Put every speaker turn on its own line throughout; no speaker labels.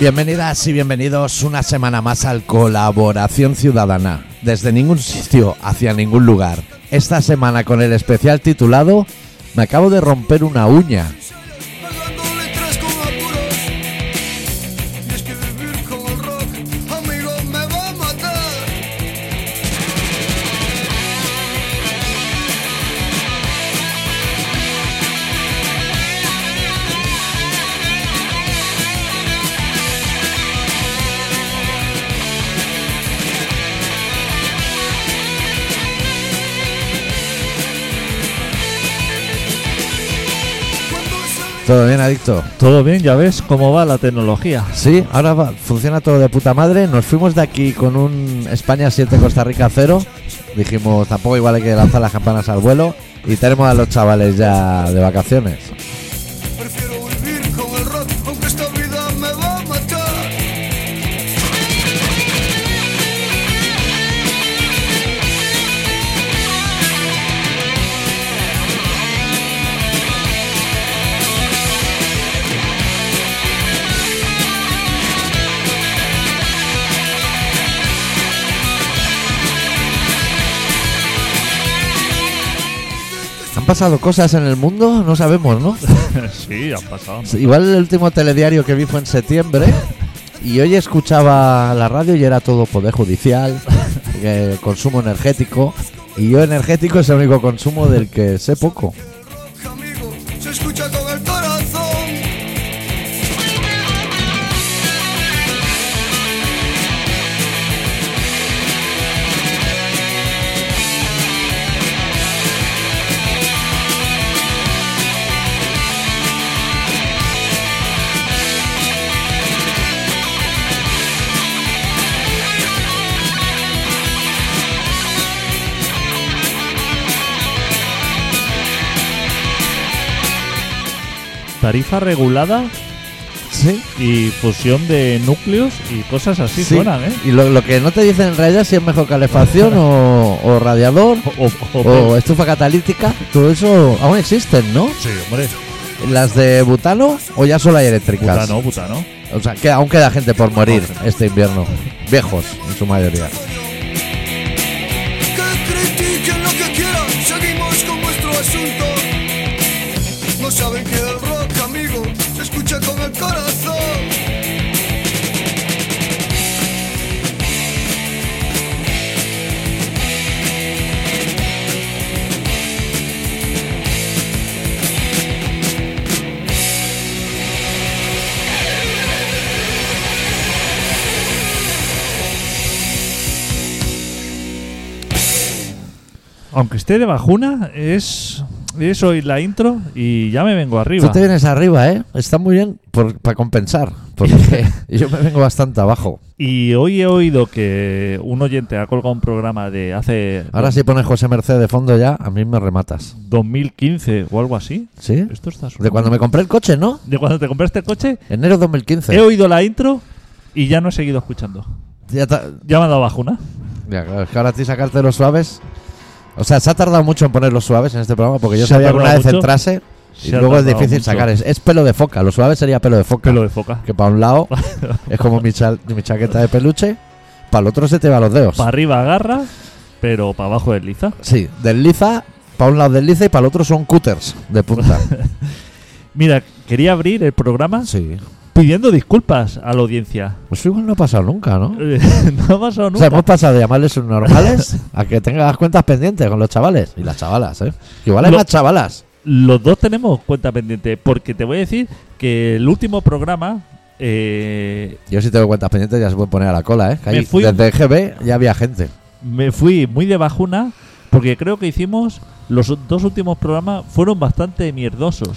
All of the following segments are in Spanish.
Bienvenidas y bienvenidos una semana más al Colaboración Ciudadana. Desde ningún sitio hacia ningún lugar. Esta semana con el especial titulado Me acabo de romper una uña.
Pagando letras con apuros Y es que vivir con el rock Amigo me va a matar Cuando salí
¿Todo bien, adicto?
Todo bien, ya ves cómo va la tecnología.
Sí, ahora va- funciona todo de puta madre. Nos fuimos de aquí con un España 7, Costa Rica 0. Dijimos, tampoco igual hay que lanzar las campanas al vuelo. Y tenemos a los chavales ya de vacaciones.
Prefiero vivir con el rock Aunque esta vida me va a matar
¿Han pasado cosas en el mundo? No sabemos, ¿no?
sí, han pasado.
Igual el último telediario que vi fue en septiembre y hoy escuchaba la radio y era todo poder judicial, eh, consumo energético y yo energético es el único consumo del que sé poco.
Rock amigo se escucha con el corazón
Tarifa regulada
Sí.
y fusión de núcleos y cosas así suenan, ¿eh?
Y lo, lo que no te dicen en realidad si es mejor calefacción o, o radiador
O- o- o-
o estufa catalítica, todo eso aún existen, ¿no?
Sí, hombre.
Las de butano o ya solo hay eléctricas.
Butano, butano.
O sea, que aún queda gente por morir este invierno. Viejos, en su mayoría.
Que critiquen lo que quieran Seguimos con nuestro asunto No saben que el rock amigo Se escucha con el corazón
Aunque esté de bajuna, es, es hoy la intro y ya me vengo
Tú
arriba.
te vienes arriba, ¿eh? Está muy bien por- para compensar. Porque yo me vengo bastante abajo.
Y hoy he oído que un oyente ha colgado un programa de hace
Ahora pues. si pones José Merced de fondo ya, a mí me rematas.
2015 o algo así.
¿Sí?
Esto está sonando.
De cuando me compré el coche, ¿no?
De cuando te compraste el coche,
Enero
he
2015.
oído la intro y ya no he seguido escuchando.
Ya, ta-
Ya me ha dado bajuna.
ya, claro, es que ahora a ti sacarte los suaves... O sea, se ha tardado mucho en poner los suaves en este programa porque yo
Se ha
sabía que una
tardado
vez
mucho.
entrase y
Se ha
luego es
tardado
difícil
mucho.
sacar. Es, es pelo de foca, los suaves sería pelo de foca.
Pelo de foca.
Que para un lado es como mi, chal- mi chaqueta de peluche, para el otro se te va los dedos.
Para arriba agarra, pero para abajo desliza.
Sí, desliza, para un lado desliza y para el otro son cutters de punta.
Mira, quería abrir el programa
sí.
pidiendo disculpas a la audiencia.
Pues igual no ha pasado nunca, ¿no?
Eh, no ha pasado
O sea,
nunca.
hemos pasado de llamarles normales a que tengas cuentas pendientes con los chavales y las chavalas, ¿eh? Que Igual hay
Lo-
más chavalas.
Los dos tenemos cuenta pendiente, porque te voy a decir que el último programa eh,
Yo sí tengo cuentas pendientes, ya se pueden poner a la cola, ¿eh? Que
Me
ahí,
fui-
desde GB ya había gente.
me fui muy de bajuna, porque creo que hicimos los dos últimos programas fueron bastante mierdosos.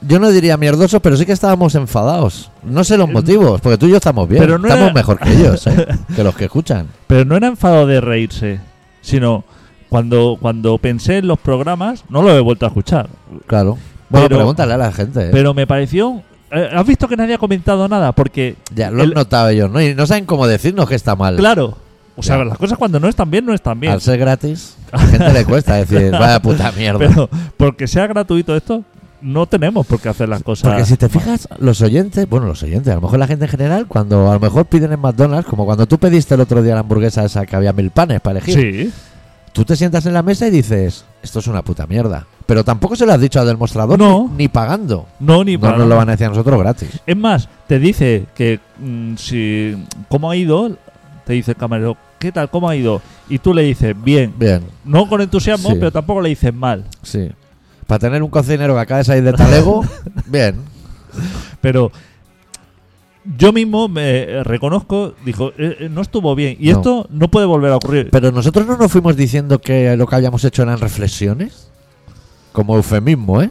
Yo no diría mierdosos, pero sí que estábamos enfadados. No sé los
Eh,
motivos, porque tú y yo estamos bien.
pero no
estamos
era-
mejor que ellos, ¿eh? que los que escuchan.
Pero no era enfado de reírse, sino cuando, cuando pensé en los programas, no lo he vuelto a escuchar.
Claro. Bueno,
Pero-
pregúntale a la gente. ¿eh?
Pero me pareció... eh, ¿Has visto que nadie ha comentado nada? Porque
ya, lo han
el-
notado ellos, ¿no? Y no saben cómo decirnos que está mal.
Claro. O sea,
Ya.
las cosas cuando no están bien, no están bien.
Al ser gratis, a la gente le cuesta decir, vaya puta mierda.
Pero porque sea gratuito esto, no tenemos por qué hacer las cosas.
Porque si te fijas, los oyentes, bueno, los oyentes, a lo mejor la gente en general, cuando a lo mejor piden en McDonald's, como cuando tú pediste el otro día la hamburguesa esa que había mil panes para elegir,
Sí,
tú te sientas en la mesa y dices, esto es una puta mierda. Pero tampoco se lo has dicho al del mostrador
No.
ni, ni pagando.
no ni
no
para
nos
nada.
lo van a decir a nosotros gratis.
Es más, te dice que mm, si cómo ha ido, te dice el camarero, ¿qué tal? ¿Cómo ha ido? Y tú le dices, bien.
Bien,
No con entusiasmo,
Sí.
pero tampoco le dices mal.
sí. Para tener un cocinero que acaba de salir de Talego, bien.
Pero yo mismo me eh, reconozco, dijo, "Eh, eh, no estuvo bien. Y
No.
esto no puede volver a ocurrir.
Pero nosotros no nos fuimos diciendo que lo que habíamos hecho eran reflexiones. Como eufemismo, ¿eh?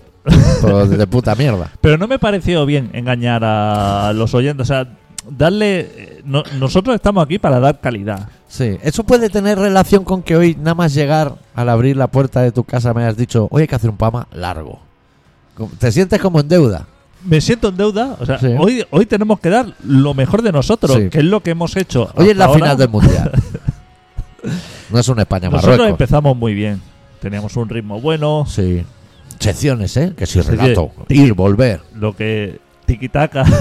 Pero de puta mierda.
Pero no me pareció bien engañar a los oyentes. O sea, darle. eh, no- nosotros estamos aquí para dar calidad.
Sí, eso puede tener relación con que hoy nada más llegar al abrir la puerta de tu casa me hayas dicho, hoy hay que hacer un pama largo. Como- Te sientes como en deuda.
Me siento en deuda. O sea,
Sí.
hoy, hoy tenemos que dar lo mejor de nosotros,
Sí.
que es lo que hemos hecho.
Hoy es
hasta
la
ahora.
final del mundial. No es un
Nosotros
España-Marruecos.
empezamos muy bien. Teníamos un ritmo bueno.
Sí. Secciones, ¿eh? Que si
Sí,
relato,
sí.
ir, volver.
Lo que. Tiquitaca.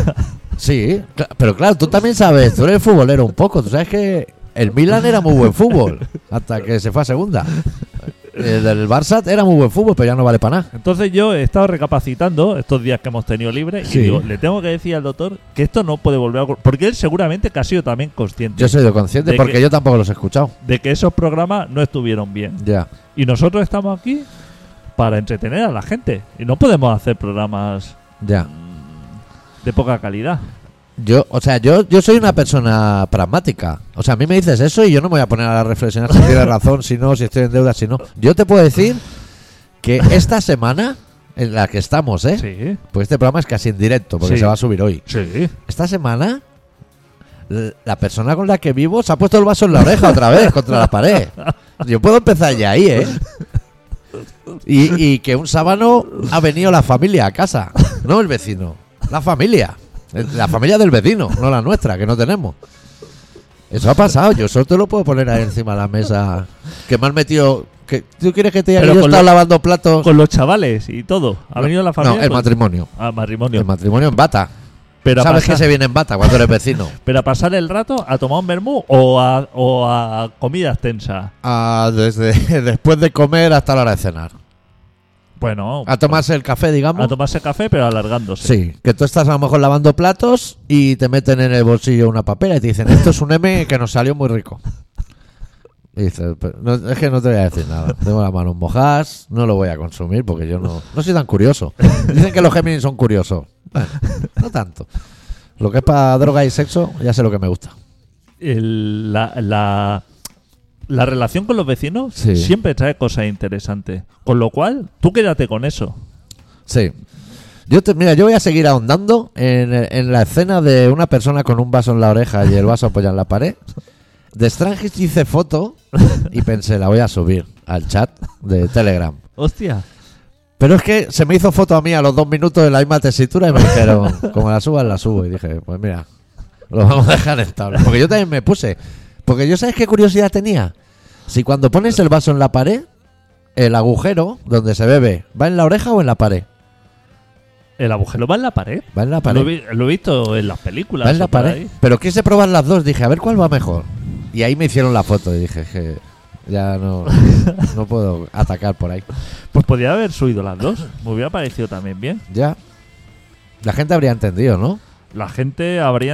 Sí, cla- pero claro, tú también sabes, tú eres futbolero un poco, tú sabes que el Milan era muy buen fútbol hasta que se fue a segunda. El del Barça era muy buen fútbol, pero ya no vale para nada.
Entonces yo he estado recapacitando estos días que hemos tenido libres
Sí.
y digo, le tengo que decir al doctor que esto no puede volver a ocurrir. Porque él seguramente que ha sido también consciente
Yo soy de consciente
De
porque
que-
yo tampoco los he escuchado.
de que esos programas no estuvieron bien.
Ya.
Y nosotros estamos aquí para entretener a la gente. Y no podemos hacer programas
Ya.
de poca calidad.
Yo, o sea, yo, yo soy una persona pragmática. O sea, a mí me dices eso y yo no me voy a poner a reflexionar si tienes razón, si no, si estoy en deuda, si no. Yo te puedo decir que esta semana en la que estamos, ¿eh?
Sí,
Pues este programa es casi en directo porque
Sí.
se va a subir hoy.
sí.
Esta semana l- la persona con la que vivo se ha puesto el vaso en la oreja otra vez contra la pared. Yo puedo empezar ya ahí, ¿eh? Y, y que un sábado ha venido la familia a casa, no el vecino, la familia, Eh, la familia del vecino, no la nuestra, que no tenemos. Eso ha pasado, yo solo te lo puedo poner ahí encima de la mesa. Que me han metido. Que, ¿Tú quieres que te diga
Pero
que yo he
con
estado
lo-
lavando platos?
Con los chavales y todo. Ha venido la familia.
No, el
con-
matrimonio.
Ah, matrimonio.
El matrimonio en bata.
Pero a,
Sabes
pasar,
que se viene en bata cuando eres vecino.
pero a pasar el rato a tomar un vermú o a, o a comida extensa.
Ah, desde después de comer hasta la hora de cenar.
Bueno,
A tomarse el café, digamos.
a tomarse café, pero alargándose.
sí, que tú estás a lo mejor lavando platos y te meten en el bolsillo una papera y te dicen, esto es un M que nos salió muy rico. Y dices, "Pero no- es que no te voy a decir nada. Tengo las manos mojadas, no lo voy a consumir porque yo no, no soy tan curioso. Dicen que los Géminis son curiosos. Bueno, no tanto. Lo que es para droga y sexo, ya sé lo que me gusta.
El- la, la- la relación con los vecinos
Sí.
siempre trae cosas interesantes. Con lo cual, tú quédate con eso.
Sí. Yo te- mira, yo voy a seguir ahondando en, en la escena de una persona con un vaso en la oreja y el vaso apoyado en la pared. De Strange hice foto y pensé, la voy a subir al chat de Telegram.
Hostia.
Pero es que se me hizo foto a mí a los dos minutos de la misma tesitura y me dijeron, como la subas, la subo. Y dije, pues mira, lo vamos a dejar en tabla. Porque yo también me puse. Porque yo, ¿sabes qué curiosidad tenía? Si cuando pones el vaso en la pared, el agujero donde se bebe, ¿va en la oreja o en la pared?
¿El agujero va en la pared?
Va en la pared.
Lo, vi- lo he visto en las películas.
Va en
o
la
por
pared.
ahí.
Pero quise probar las dos, dije, a ver cuál va mejor. Y ahí me hicieron la foto y dije, que ya no, no puedo atacar por ahí.
Pues podría haber subido las dos. Me hubiera parecido también bien.
Ya. La gente habría entendido, ¿no?
La gente habría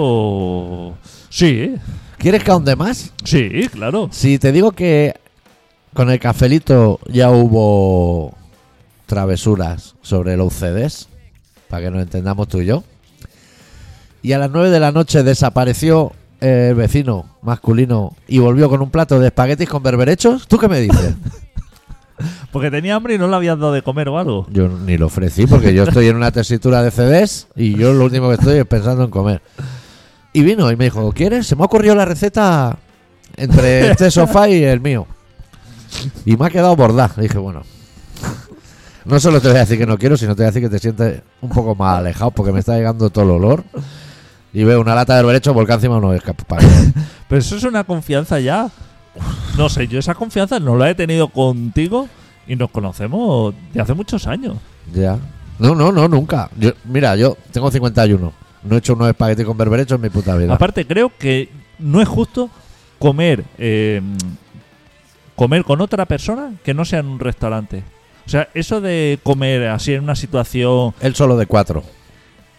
entendido. Sí,
¿Quieres que ahonde más?
sí, claro.
Si te digo que con el cafelito ya hubo travesuras sobre los CDs, para que nos entendamos tú y yo. Y a las 9 de la noche desapareció eh, el vecino masculino y volvió con un plato de espaguetis con berberechos. ¿Tú qué me dices?
Porque tenía hambre y no le habías dado de comer o algo.
Yo ni lo ofrecí porque yo estoy en una tesitura de CDs y yo lo último que estoy es pensando en comer. Y vino y me dijo, ¿quieres? Se me ha ocurrido la receta entre este sofá y el mío. Y me ha quedado bordá. Dije, bueno. No solo te voy a decir que no quiero, sino te voy a decir que te sientes un poco más alejado porque me está llegando todo el olor. Y veo una lata de berberecho volcada encima de unos escaparates.
Pero eso es una confianza ya. No sé, yo esa confianza no la he tenido contigo y nos conocemos de hace muchos años.
Ya. No, no, no, nunca. Yo- mira, yo tengo 51. No he hecho unos espaguetis con berberecho en mi puta vida.
Aparte, creo que no es justo comer eh, comer con otra persona que no sea en un restaurante. O sea, eso de comer así en una situación
Él solo de cuatro.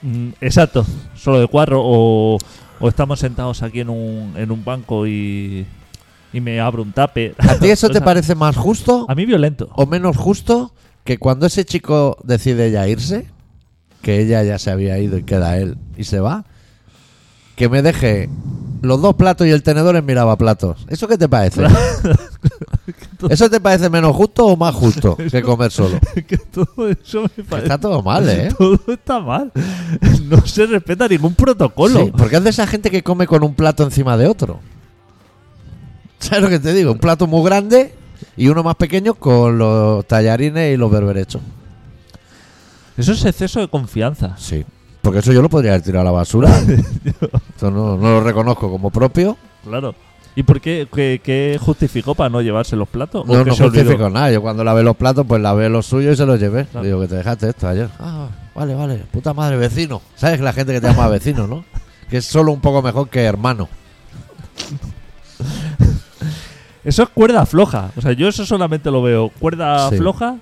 mm, exacto, solo de cuatro, o, o estamos sentados aquí en un, en un banco y, y me abro un tape.
¿A ti eso te parece más justo
A mí violento.
o menos justo que cuando ese chico decide ya irse, que ella ya se había ido y queda él y se va, que me deje los dos platos y el tenedor en miraba platos? ¿Eso qué te parece? ¿Eso te parece menos justo o más justo que comer solo?
que todo eso me parece.
Está todo mal, ¿eh?
Todo está mal. No se respeta ningún protocolo.
Sí, porque es de esa gente que come con un plato encima de otro. ¿Sabes lo que te digo? Un plato muy grande y uno más pequeño con los tallarines y los berberechos.
Eso es exceso de confianza.
Sí. Porque eso yo lo podría haber tirado a la basura. Eso no, no lo reconozco como propio.
Claro. ¿Y por qué, qué, qué justificó para no llevarse los platos? ¿O
No,
que
no
se olvidó?
justifico nada. Yo cuando lavé los platos, pues lavé los suyos y se los llevé.
Claro.
Digo que te dejaste esto ayer. Ah, vale, vale. Puta madre, vecino. ¿Sabes la gente que te llama vecino, no? Que es solo un poco mejor que hermano.
Eso es cuerda floja. O sea, yo eso solamente lo veo. Cuerda
Sí.
floja,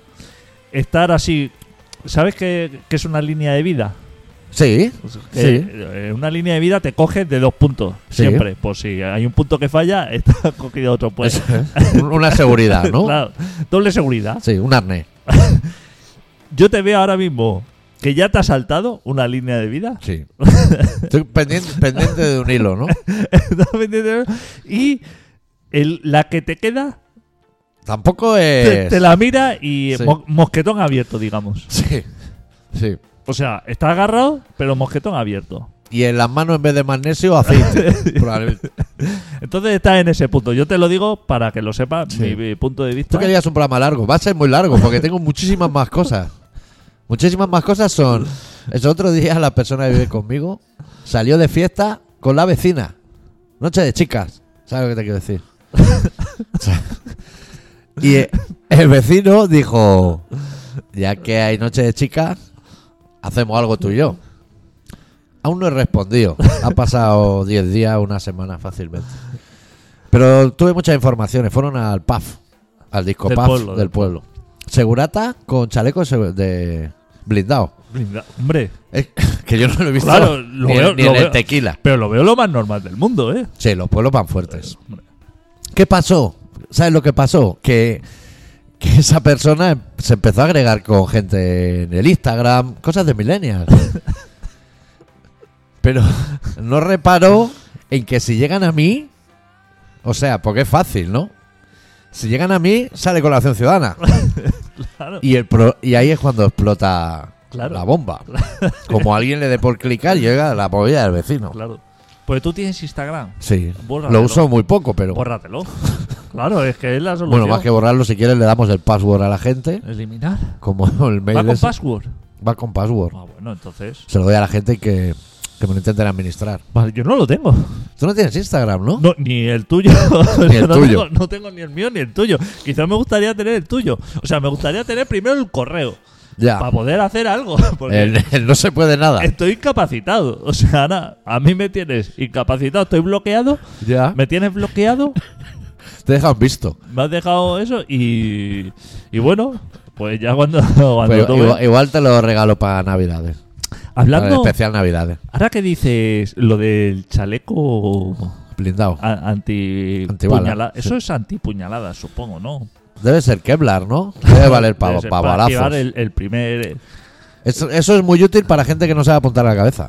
estar así. ¿Sabes qué, qué es una línea de vida?
Sí,
Que,
Sí.
eh, Una línea de vida te coges de dos puntos.
Sí.
Siempre. Pues si hay un punto que falla, está cogido otro pues.
Un- una seguridad, ¿no?
Claro. Doble seguridad.
Sí, un arnés.
Yo te veo ahora mismo que ya te has saltado una línea de vida.
Sí. Estoy pendiente, pendiente de un hilo, ¿no?
y el- la que te queda
Tampoco
te,
es.
te la mira y
Sí.
mo- mosquetón abierto, digamos.
Sí. Sí.
O sea, está agarrado, pero mosquetón abierto.
Y en las manos, en vez de magnesio, aceite. Probablemente.
Entonces estás en ese punto. Yo te lo digo para que lo sepas,
Sí.
mi, mi punto de
Tú
vista.
querías un programa largo. Va a ser muy largo porque tengo muchísimas más cosas. Muchísimas más cosas son. Es otro día la persona que vive conmigo salió de fiesta con la vecina. Noche de chicas. ¿Sabes lo que te quiero decir? O sea, y eh, el vecino dijo: Ya que hay noche de chicas, hacemos algo tú y yo. Aún no he respondido. Ha pasado 10 días, una semana fácilmente. Pero tuve muchas informaciones. Fueron al PAF, al disco
Del
PAF
pueblo,
del
del
pueblo. Segurata con chaleco segu- de blindado.
Blinda- Hombre,
Es que yo no lo he visto
Claro, lo
ni, en-
veo-
ni
lo
en el
veo.
tequila.
pero lo veo lo más normal del mundo, ¿eh?
Sí, los pueblos van fuertes.
Hombre.
¿Qué pasó? ¿Sabes lo que pasó? Que, que esa persona em- se empezó a agregar con gente en el Instagram, cosas de millennials. Pero no reparó en que si llegan a mí, o sea, porque es fácil, ¿no? Si llegan a mí, sale con la acción ciudadana.
Claro.
Y, el pro- y ahí es cuando explota
Claro.
la bomba. Como alguien le dé por clicar, llega la polla del vecino.
Claro. Pues tú tienes Instagram.
Sí, lo
Bórratelo.
uso muy poco, pero...
Bórratelo. claro, es que es la solución.
Bueno, más que borrarlo, si quieres le damos el password a la gente,
Eliminar.
como el mail
Va con
ese.
password.
Va con password.
Ah, bueno, entonces.
Se lo doy a la gente que, que me lo intenten administrar.
Vale, yo no lo tengo.
Tú no tienes Instagram, ¿no?
No, ni el tuyo.
Ni el
no,
tuyo.
Tengo, no tengo ni el mío ni el tuyo. Quizás me gustaría tener el tuyo. O sea, me gustaría tener primero el correo. Para
ya.
poder hacer algo. Porque
El- el no se puede nada.
estoy incapacitado. O sea, Ana, a mí me tienes incapacitado. Estoy bloqueado.
Ya.
Me tienes bloqueado.
Te dejan visto.
Me has dejado eso. Y, y bueno, pues ya cuando, cuando
Pero
tú
igual,
ves-
igual te lo regalo para Navidades. Para el
Hablando.
especial Navidades.
Ahora que dices lo del chaleco
Blindado.
a- anti
Antibala,
puñala-
sí.
Eso es antipuñalada, supongo, ¿no?
Debe ser Kevlar, ¿no? Debe valer para,
Debe ser
para
para
balazos.
activar el, el primer. eh,
Eso, eso es muy útil para gente que no sabe apuntar a la cabeza.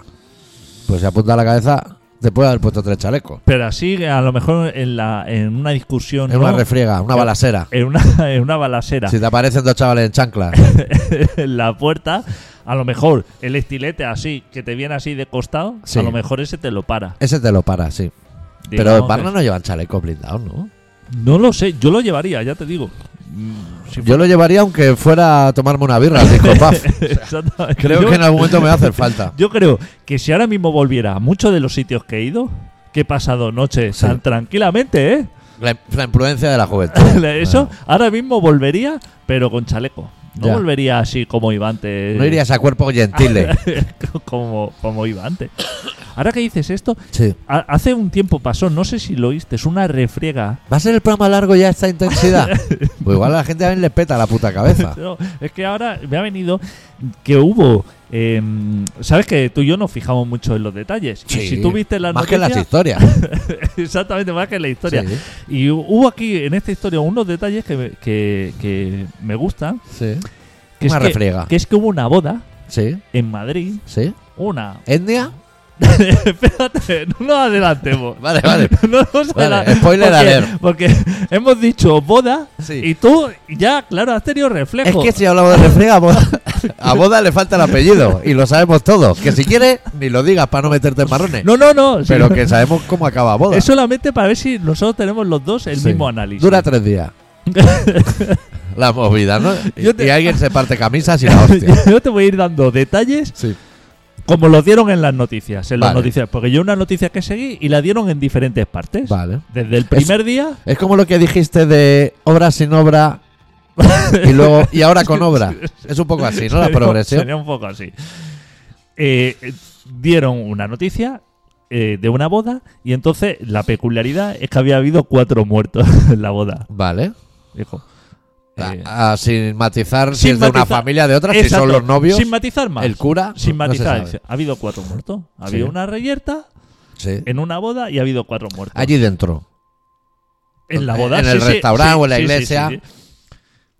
Pues si apunta a la cabeza, te puede haber puesto tres chalecos.
Pero así, a lo mejor en, la, en una discusión.
Es una
¿no?
refriega, una
Yo-
balacera.
en una, en una balacera
Si te aparecen dos chavales en chanclas.
en la puerta, a lo mejor el estilete así, que te viene así de costado,
Sí.
a lo mejor ese te lo para.
Ese te lo para, sí. Pero en
Digamos
Barna
que-
no llevan chalecos blindados, ¿no?
no lo sé, yo lo llevaría, ya te digo. Mm, si
Yo lo llevaría aunque fuera a tomarme una birra, dijo Puff.
fuera- Exactamente.
Creo
Yo-
que en algún momento me va a hacer falta.
Yo creo que si ahora mismo volviera a muchos de los sitios que he ido, que he pasado noches
Sí.
tan tranquilamente, ¿eh?
La, la influencia de la juventud.
Eso, ahora mismo volvería, pero con chaleco. No
Ya.
volvería así como iba antes.
No irías a cuerpo gentile.
como, como iba antes. Ahora que dices esto,
Sí.
ha- hace un tiempo pasó, no sé si lo oíste, es una refriega.
¿Va a ser el programa largo ya esta intensidad? pues igual a la gente también le peta la puta cabeza.
No, es que ahora me ha venido que hubo. eh, Sabes que tú y yo nos fijamos mucho en los detalles. Y
Sí.
si tú viste la
Más que las historias.
exactamente, más que en la historia.
Sí,
Y hu- hubo aquí en esta historia unos detalles que me, que, que me gustan.
sí.
Que
Una
es que-
refriega.
que es que hubo una boda
Sí,
en Madrid.
sí.
Una
¿Etnia?
Espérate, no nos adelantemos.
Vale, vale.
No nos
Vale,
adelan-
spoiler
porque,
alert.
Porque hemos dicho boda
Sí.
y tú ya, claro, has tenido
Es
reflejo.
que si hablamos de refriega, a boda, a boda le falta el apellido. Y lo sabemos todos. Que si quieres, ni lo digas para no meterte en marrones.
No, no, no. sí.
pero que sabemos cómo acaba boda.
Es solamente para ver si nosotros tenemos los dos el
Sí.
mismo análisis.
Dura tres días. la movida, ¿no? Y,
Yo te-
y alguien se parte camisas y la hostia.
Yo te voy a ir dando detalles
Sí.
como los dieron en las noticias, en las
Vale.
noticias, porque yo una noticia que seguí y la dieron en diferentes partes.
Vale.
Desde el primer día
Es como lo que dijiste de obra sin obra y luego y ahora con obra. Es un poco así, ¿no? La
Sería-
progresión.
Sería un poco así. Eh, eh, dieron una noticia eh, de una boda y entonces la peculiaridad es que había habido cuatro muertos en la boda.
Vale.
Dijo. Eh,
A- a- sin matizar si
sin
es de una
matizar.
familia de otra, si
Exacto.
son los novios,
Sin matizar más.
el cura.
Sin
no- no se
matizar.
sabe.
ha habido cuatro muertos. Ha habido
Sí.
una reyerta
Sí.
en una boda y ha habido cuatro muertos.
Allí dentro.
en la
en-
boda.
en
sí,
el
sí,
restaurante
sí,
o en la
sí, sí,
iglesia.
sí, sí.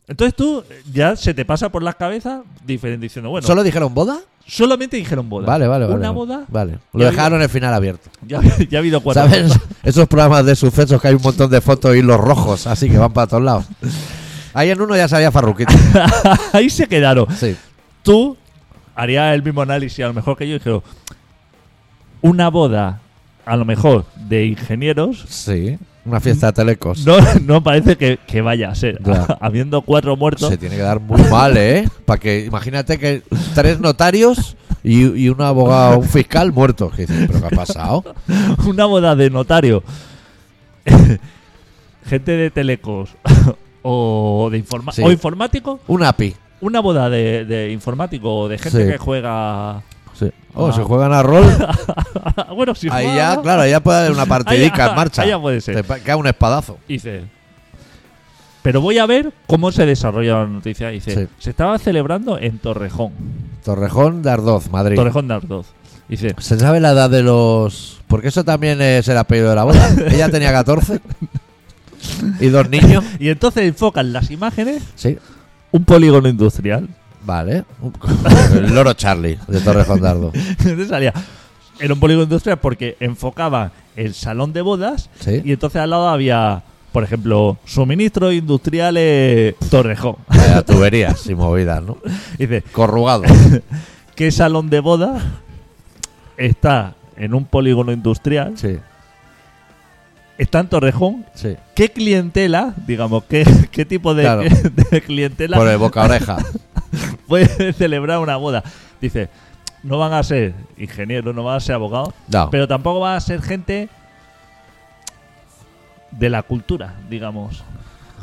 Entonces tú eh, ya se te pasa por las cabezas diferente diciendo, bueno,
¿Solo dijeron boda?
solamente dijeron boda.
Vale, vale, vale.
Una
vale.
boda,
Vale. Lo
había-
dejaron el final abierto.
ya, ya ha habido cuatro
¿Sabes?
muertos.
Esos programas de sucesos que hay un montón de fotos y los rojos, así que van para todos lados. Ahí en uno ya sabía Farruquito.
Ahí se quedaron.
Sí.
Tú harías el mismo análisis, a lo mejor que yo, y dijeron, una boda, a lo mejor, de ingenieros,
Sí. Una fiesta de telecos.
no, no parece que, que vaya a ser.
Ya.
Habiendo cuatro muertos,
Se tiene que dar muy mal, ¿eh? Para que, imagínate que tres notarios y, y un abogado, un fiscal muerto. Que dices, ¿pero qué ha pasado?
una boda de notario, gente de telecos o de informa-
Sí.
o informático,
Un API.
una boda de, de informático o de gente
Sí.
que juega...
Sí. Oh,
Ah.
se juegan a rol.
bueno, si
Ahí
juega-
ya, claro, ahí ya puede haber una partidica
Ahí-
en marcha.
ahí ya puede ser.
Te pa- cae un espadazo.
Y dice. Pero voy a ver cómo se desarrolla la noticia. Y Dice,
Sí.
se estaba celebrando en Torrejón.
Torrejón de Ardoz, Madrid.
Torrejón de Ardoz. Y Dice,
¿Se sabe la edad de los.? Porque eso también es el apellido de la boda. Ella tenía 14. ¿Y dos niños?
y entonces enfocan las imágenes
Sí.
un polígono industrial.
Vale. El loro Charlie de Torrejón de Ardoz.
entonces salía. Era un polígono industrial porque enfocaba el salón de bodas.
Sí.
Y entonces al lado había, por ejemplo, suministros industriales Torrejón.
Vaya tuberías y movidas, ¿no?
Y dice,
Corrugado.
¿qué salón de bodas está en un polígono industrial?
Sí,
Está en Torrejón
sí.
¿Qué clientela, digamos, qué, qué tipo de,
Claro.
de clientela
Por el boca oreja.
puede celebrar una boda? Dice, no van a ser ingenieros, no van a ser abogados,
No.
pero tampoco van a ser gente de la cultura, digamos.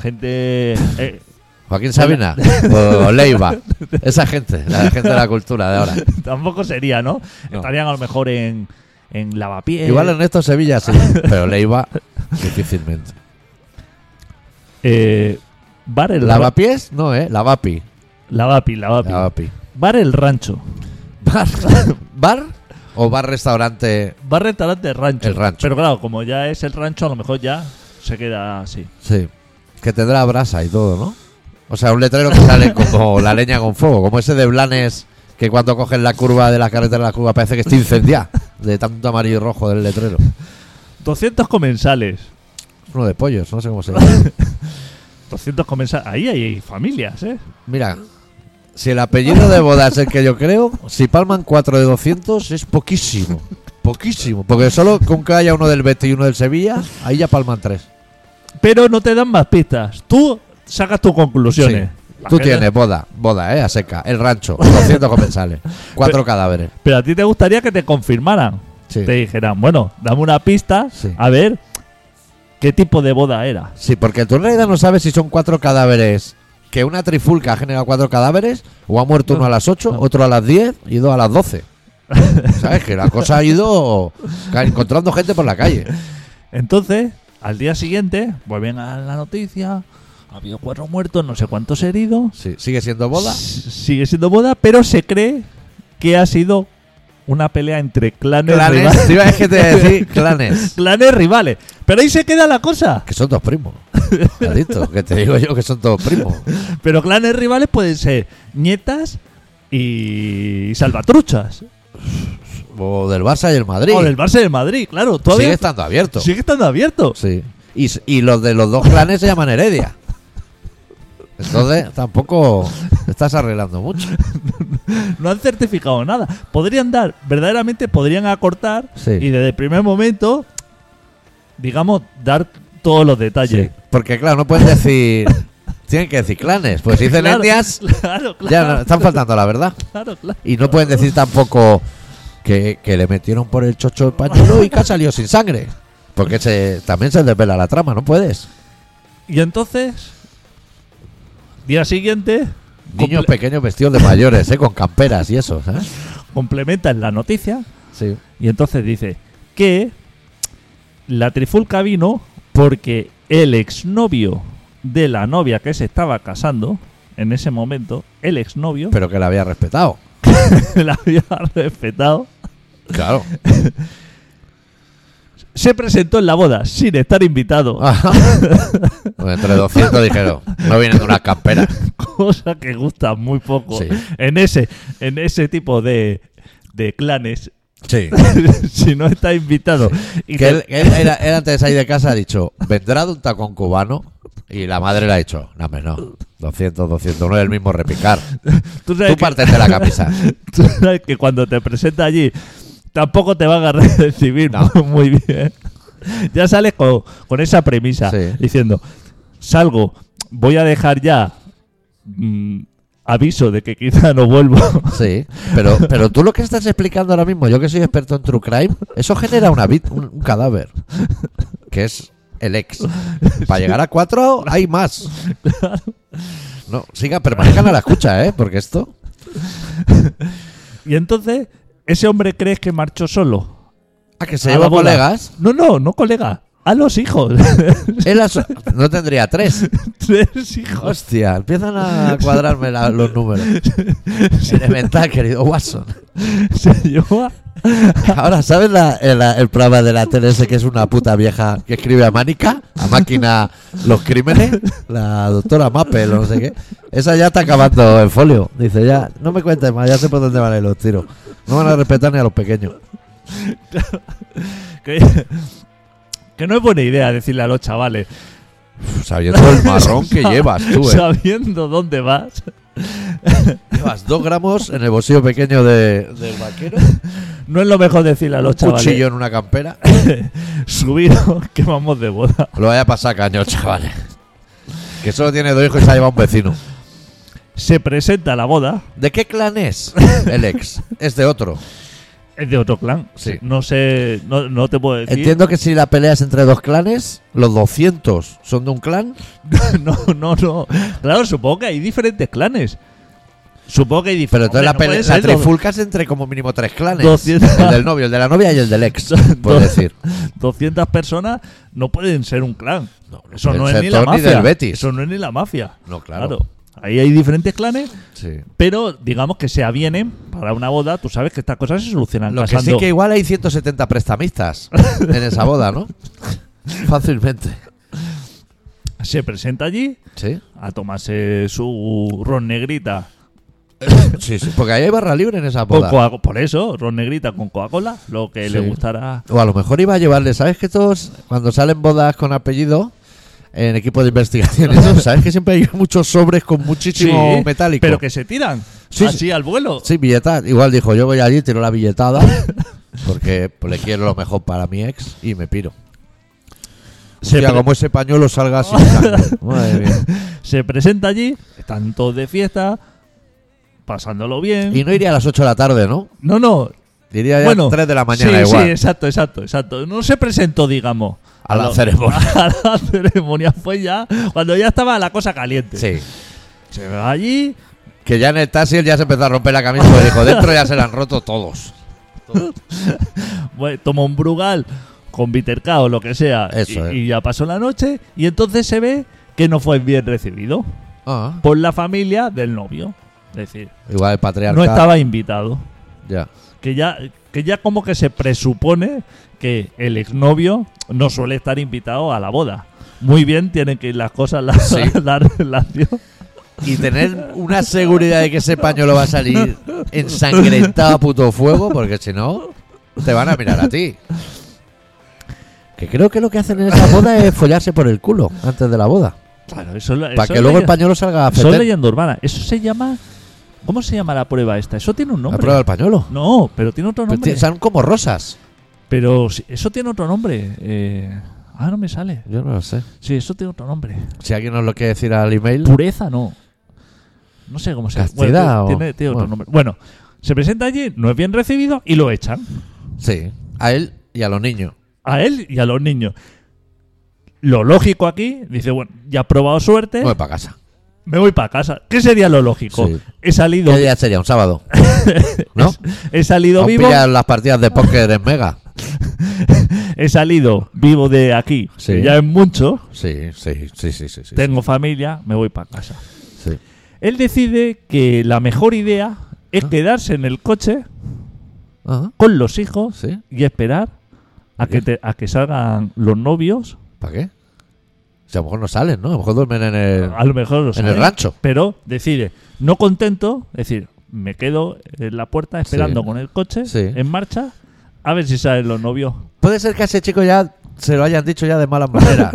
Gente... eh,
Joaquín Sabina o Leiva. Esa gente, la gente de la cultura de ahora.
Eh. tampoco sería, ¿no?
No.
Estarían a lo mejor en, en lavapiés.
Igual Ernesto Sevilla sí, pero Leiva difícilmente.
eh, bar el... ra-
¿Lavapiés? No, ¿eh? Lavapi.
Lavapi, lavapi.
Lavapi.
Bar el rancho.
¿Bar? ¿Bar? ¿O bar-restaurante?
Bar restaurante rancho.
El rancho.
Pero claro, como ya es el rancho, a lo mejor ya se queda así.
Sí. Que tendrá brasa y todo, ¿no? O sea, un letrero que sale como la leña con fuego, como ese de Blanes que cuando cogen la curva de la carretera de la curva parece que está incendiada de tanto amarillo y rojo del letrero.
200 comensales.
Uno de pollos, no sé cómo se llama.
200 comensales. Ahí hay familias, ¿eh?
Mira, si el apellido de boda es el que yo creo, si palman 4 de 200 es poquísimo. Poquísimo. Porque solo con que haya uno del Betis y uno del Sevilla, ahí ya palman 3.
Pero no te dan más pistas. Tú sacas tus conclusiones. La
Tú
gente-
tienes boda, boda, ¿eh? A seca. El rancho, 200 comensales. Cuatro cadáveres.
Pero a ti te gustaría que te confirmaran.
Sí.
Te dijeran, bueno, dame una pista
Sí.
a ver qué tipo de boda era.
Sí, porque tú en realidad no sabes si son cuatro cadáveres que una trifulca ha generado cuatro cadáveres, o ha muerto uno a las 8,
No.
otro a las 10 y dos a las 12. ¿Sabes? Que la cosa ha ido ca- encontrando gente por la calle.
Entonces, al día siguiente, vuelven a la noticia. Ha habido cuatro muertos, no sé cuántos heridos.
Sí, sigue siendo boda.
S- Sigue siendo boda, pero se cree que ha sido una pelea entre clanes,
Clanes,
rivales.
te iba a que te iba a decir clanes.
Clanes rivales. Pero ahí se queda la cosa.
Que son dos primos. Adicto, que te digo yo que son todos primos.
Pero clanes rivales pueden ser nietas y salvatruchas.
O del Barça y el Madrid.
O del Barça de Madrid, claro. Todavía
Sigue estando abierto.
sigue estando abierto.
Sí. Y, s- y los de los dos clanes se llaman Heredia. Entonces, tampoco estás arreglando mucho.
No han certificado nada. Podrían dar, verdaderamente podrían acortar
Sí.
y desde el primer momento, digamos, dar todos los detalles.
Sí. Porque, claro, no puedes decir. Tienen que decir clanes. Pues si dicen
Claro,
etnias,
Claro, claro.
ya no- están faltando a la verdad.
claro, claro.
Y no pueden decir tampoco que, que le metieron por el chocho el pañuelo y que ha salido sin sangre. Porque se, también se desvela la trama, no puedes.
Y entonces, día siguiente,
Niños
comple-
pequeños vestidos de mayores, ¿eh? con camperas y eso. ¿eh? ¿sabes?
complementan la noticia
Sí.
Y entonces dice que la trifulca vino porque el exnovio de la novia que se estaba casando en ese momento, el exnovio,
Pero que la había respetado.
la había respetado,
Claro.
se presentó en la boda sin estar invitado.
Ah. Pues Entre 200 dijeron, no vienen de una campera.
Cosa que gusta muy poco.
Sí.
En ese, en ese tipo de, de clanes,
Sí.
si no está invitado. Y
Que
te-
él, él era, él antes de salir de casa ha dicho, vendrá de un tacón cubano. Y la madre le ha dicho, no, hombre, no. 200, 200, no es el mismo repicar.
tú sabes
Tú
que-
partes de la camisa.
Tú sabes que cuando te presenta allí tampoco te van a recibir
No.
muy bien. Ya sales con, con esa premisa
Sí.
diciendo, salgo, voy a dejar ya mm, aviso de que quizá no vuelvo.
Sí, pero, pero tú lo que estás explicando ahora mismo, yo que soy experto en true crime, eso genera una vit- un, un cadáver, que es el ex. Para llegar a cuatro hay más. No, siga, permanezcan a la escucha, ¿eh? Porque esto...
Y entonces, ese hombre crees que marchó solo.
Ah, que se
a la
lleva
boda.
colegas.
No, no, no colega. A los hijos.
Él a su- no tendría tres.
Tres hijos.
Hostia, empiezan a cuadrarme la- los números. Elemental, querido Watson.
Se llevó a-
Ahora, ¿sabes la- el, el programa de la tele ese que es una puta vieja que escribe a Mánica? A máquina los crímenes. La doctora Mappel, o no sé qué. Esa ya está acabando el folio. Dice, ya, no me cuentes más, ya sé por dónde van a ir los tiros. No van a respetar ni a los pequeños.
que, que no es buena idea decirle a los chavales.
Uf, sabiendo el Pues marrón que llevas tú, eh.
Sabiendo dónde vas.
Llevas dos gramos en el bolsillo pequeño de, del vaquero.
No es lo mejor decirle a los
un
chavales.
cuchillo en una campera.
Subiros que vamos de boda.
Lo vaya a pasar cañón, chavales. Que solo tiene dos hijos y se ha llevado un vecino.
Se presenta a la boda.
¿De qué clan es el ex? Es de otro.
Es de otro clan.
Sí.
No sé, no, no te puedo decir.
Entiendo que si la pelea es entre dos clanes, los 200 son de un clan.
No, no, no. Claro, supongo que hay diferentes clanes. Supongo que hay
Pero
diferentes.
entonces la, pelea, la
triful
trifulca es entre como mínimo tres clanes.
200.
El del novio, el de la novia y el del ex,
Dos-
por decir.
200 personas no pueden ser un clan.
No, no
Eso no
pueden
es
ser
ni la
todos ni
mafia.
del Betis.
Eso no es ni la mafia.
No, claro.
Ahí hay diferentes clanes,
Sí.
pero digamos que se avienen para una boda. Tú sabes que estas cosas se solucionan
Lo que sí
casando.
que igual hay 170 prestamistas en esa boda, ¿no? Fácilmente.
Se presenta allí
Sí.
a tomarse su ron negrita.
Sí, sí. Porque ahí hay barra libre en esa
Con
boda.
Coca- por eso, ron negrita con Coca-Cola, lo que le
Sí.
gustará.
O a lo mejor iba a llevarle, ¿sabes que todos, cuando salen bodas con apellido, en equipo de investigación, y eso, ¿sabes que siempre hay muchos sobres con muchísimo
Sí,
metálico?
Pero que se tiran
Sí,
así
sí.
al vuelo.
Sí, billetada. Igual dijo, yo voy allí, tiro la billetada, porque pues, le quiero lo mejor para mi ex y me piro.
Se,
Hostia,
pre-
como ese pañuelo salga sin sangre. Madre mía.
se presenta allí, están todos de fiesta, pasándolo bien.
Y no iría a las 8 de la tarde, ¿no?
No, no.
Diría ya
bueno,
3 de la mañana
sí,
igual.
Sí, exacto, exacto, exacto. No se presentó, digamos.
A la
lo-
ceremonia.
A la ceremonia fue ya cuando ya estaba la cosa caliente.
Sí.
Se va allí.
Que ya en el taxi él ya se empezó a romper la camisa porque dijo, dentro ya se la han roto todos.
bueno, toma un brugal con Viterca o lo que sea.
Eso
y,
es.
y ya pasó la noche. Y entonces se ve que no fue bien recibido
Ah,
por la familia del novio. Es decir,
igual el patriarca.
no estaba invitado.
Ya.
Que ya, que ya como que se presupone que el exnovio no suele estar invitado a la boda. Muy bien, tienen que ir las cosas, la,
Sí.
la relación.
Y tener una seguridad de que ese pañuelo va a salir ensangrentado a puto fuego, porque si no, te van a mirar a ti. Que creo que lo que hacen en esa boda es follarse por el culo antes de la boda.
Claro, eso, es la-
Para
eso
que
es
luego el
leyenda-
pañuelo salga a
Son
feter.
leyenda urbana. Eso se llama. ¿Cómo se llama la prueba esta? Eso tiene un
La
nombre.
prueba del Pues pañuelo.
No, pero tiene otro
Pero
nombre.
ti- son como rosas.
Pero si- eso tiene otro nombre. eh, ah, no me sale.
Yo no lo sé.
Sí, eso tiene otro nombre.
Si alguien nos lo quiere decir al email,
Pureza no. No sé cómo se llama.
Castidad
Bueno,
o-
tiene, tiene otro
bueno.
nombre. Bueno, se presenta allí, no es bien recibido y lo echan.
sí. A él y a los niños.
A él y a los niños. Lo lógico aquí, dice, bueno, ya he probado suerte,
No es para casa.
me voy para casa. ¿Qué sería lo lógico?
Sí.
He salido,
¿Qué día sería? ¿Un sábado? ¿No?
he salido
Aún
vivo,
pillan las partidas de póker en Mega?
he salido vivo de aquí.
Sí.
que Ya es mucho,
Sí, sí, sí, sí, sí. sí,
tengo familia, me voy para casa.
sí.
Él decide que la mejor idea es quedarse en el coche
Ajá.
con los hijos
Ah, ¿Sí?
y esperar a que, te- a que salgan los novios.
¿Para qué? Si a lo mejor no salen, ¿no? A lo mejor duermen en el...
A lo mejor los
en el rancho.
Pero decide, no contento, es decir, me quedo en la puerta esperando
Sí.
con el coche
Sí.
en marcha a ver si salen los novios.
Puede ser que a ese chico ya se lo hayan dicho ya de malas maneras.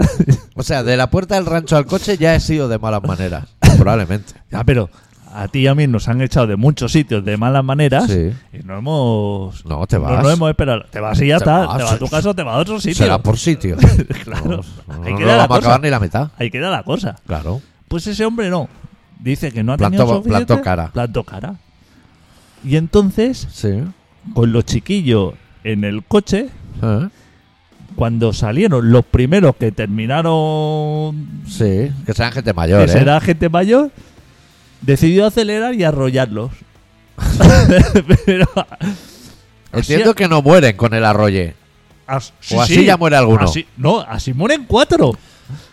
o sea, de la puerta del rancho al coche ya he sido de malas maneras. Probablemente.
Ya, pero a ti y a mí nos han echado de muchos sitios de malas maneras
Sí.
y no hemos.
No, te
No
vas.
nos hemos esperado. Te vas y ya
Te
está.
vas.
Te vas a tu casa o te vas a otro sitio.
Será por sitio.
Claro.
No, no,
Ahí
no
queda la
vamos a
cosa.
acabar ni la mitad.
Ahí queda la cosa.
Claro.
Pues ese hombre no. Dice que no ha
Plantó-
tenido suficiente.
plantó cara.
Plantó cara. Y entonces,
Sí.
con los chiquillos en el coche,
¿Eh?
cuando salieron los primeros que terminaron,
Sí. Que sean gente mayor,
que
¿eh?
será gente mayor, decidió acelerar y arrollarlos. Pero,
Entiendo
así-
que no mueren con el arroye.
as- sí,
o así
sí.
ya muere alguno.
Así- no, así mueren cuatro.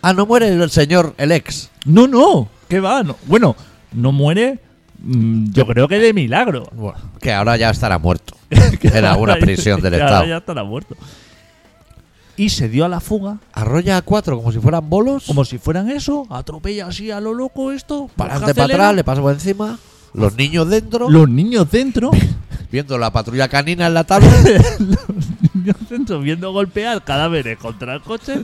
Ah, no muere el señor, el ex.
No, no, que va. no. Bueno, no muere, mm, yo creo que de milagro.
Que ahora ya estará muerto.
Que
en alguna
ahora-
prisión del
que ahora
Estado.
ya estará muerto. Y se dio a la fuga,
Arrolla a cuatro como si fueran bolos.
como si fueran eso, atropella así a lo loco esto, pues
para
baja,
adelante, para
acelera,
atrás, le paso por encima. Los niños dentro,
los niños dentro,
viendo la patrulla canina en la tabla.
los niños dentro viendo golpear cadáveres contra el coche.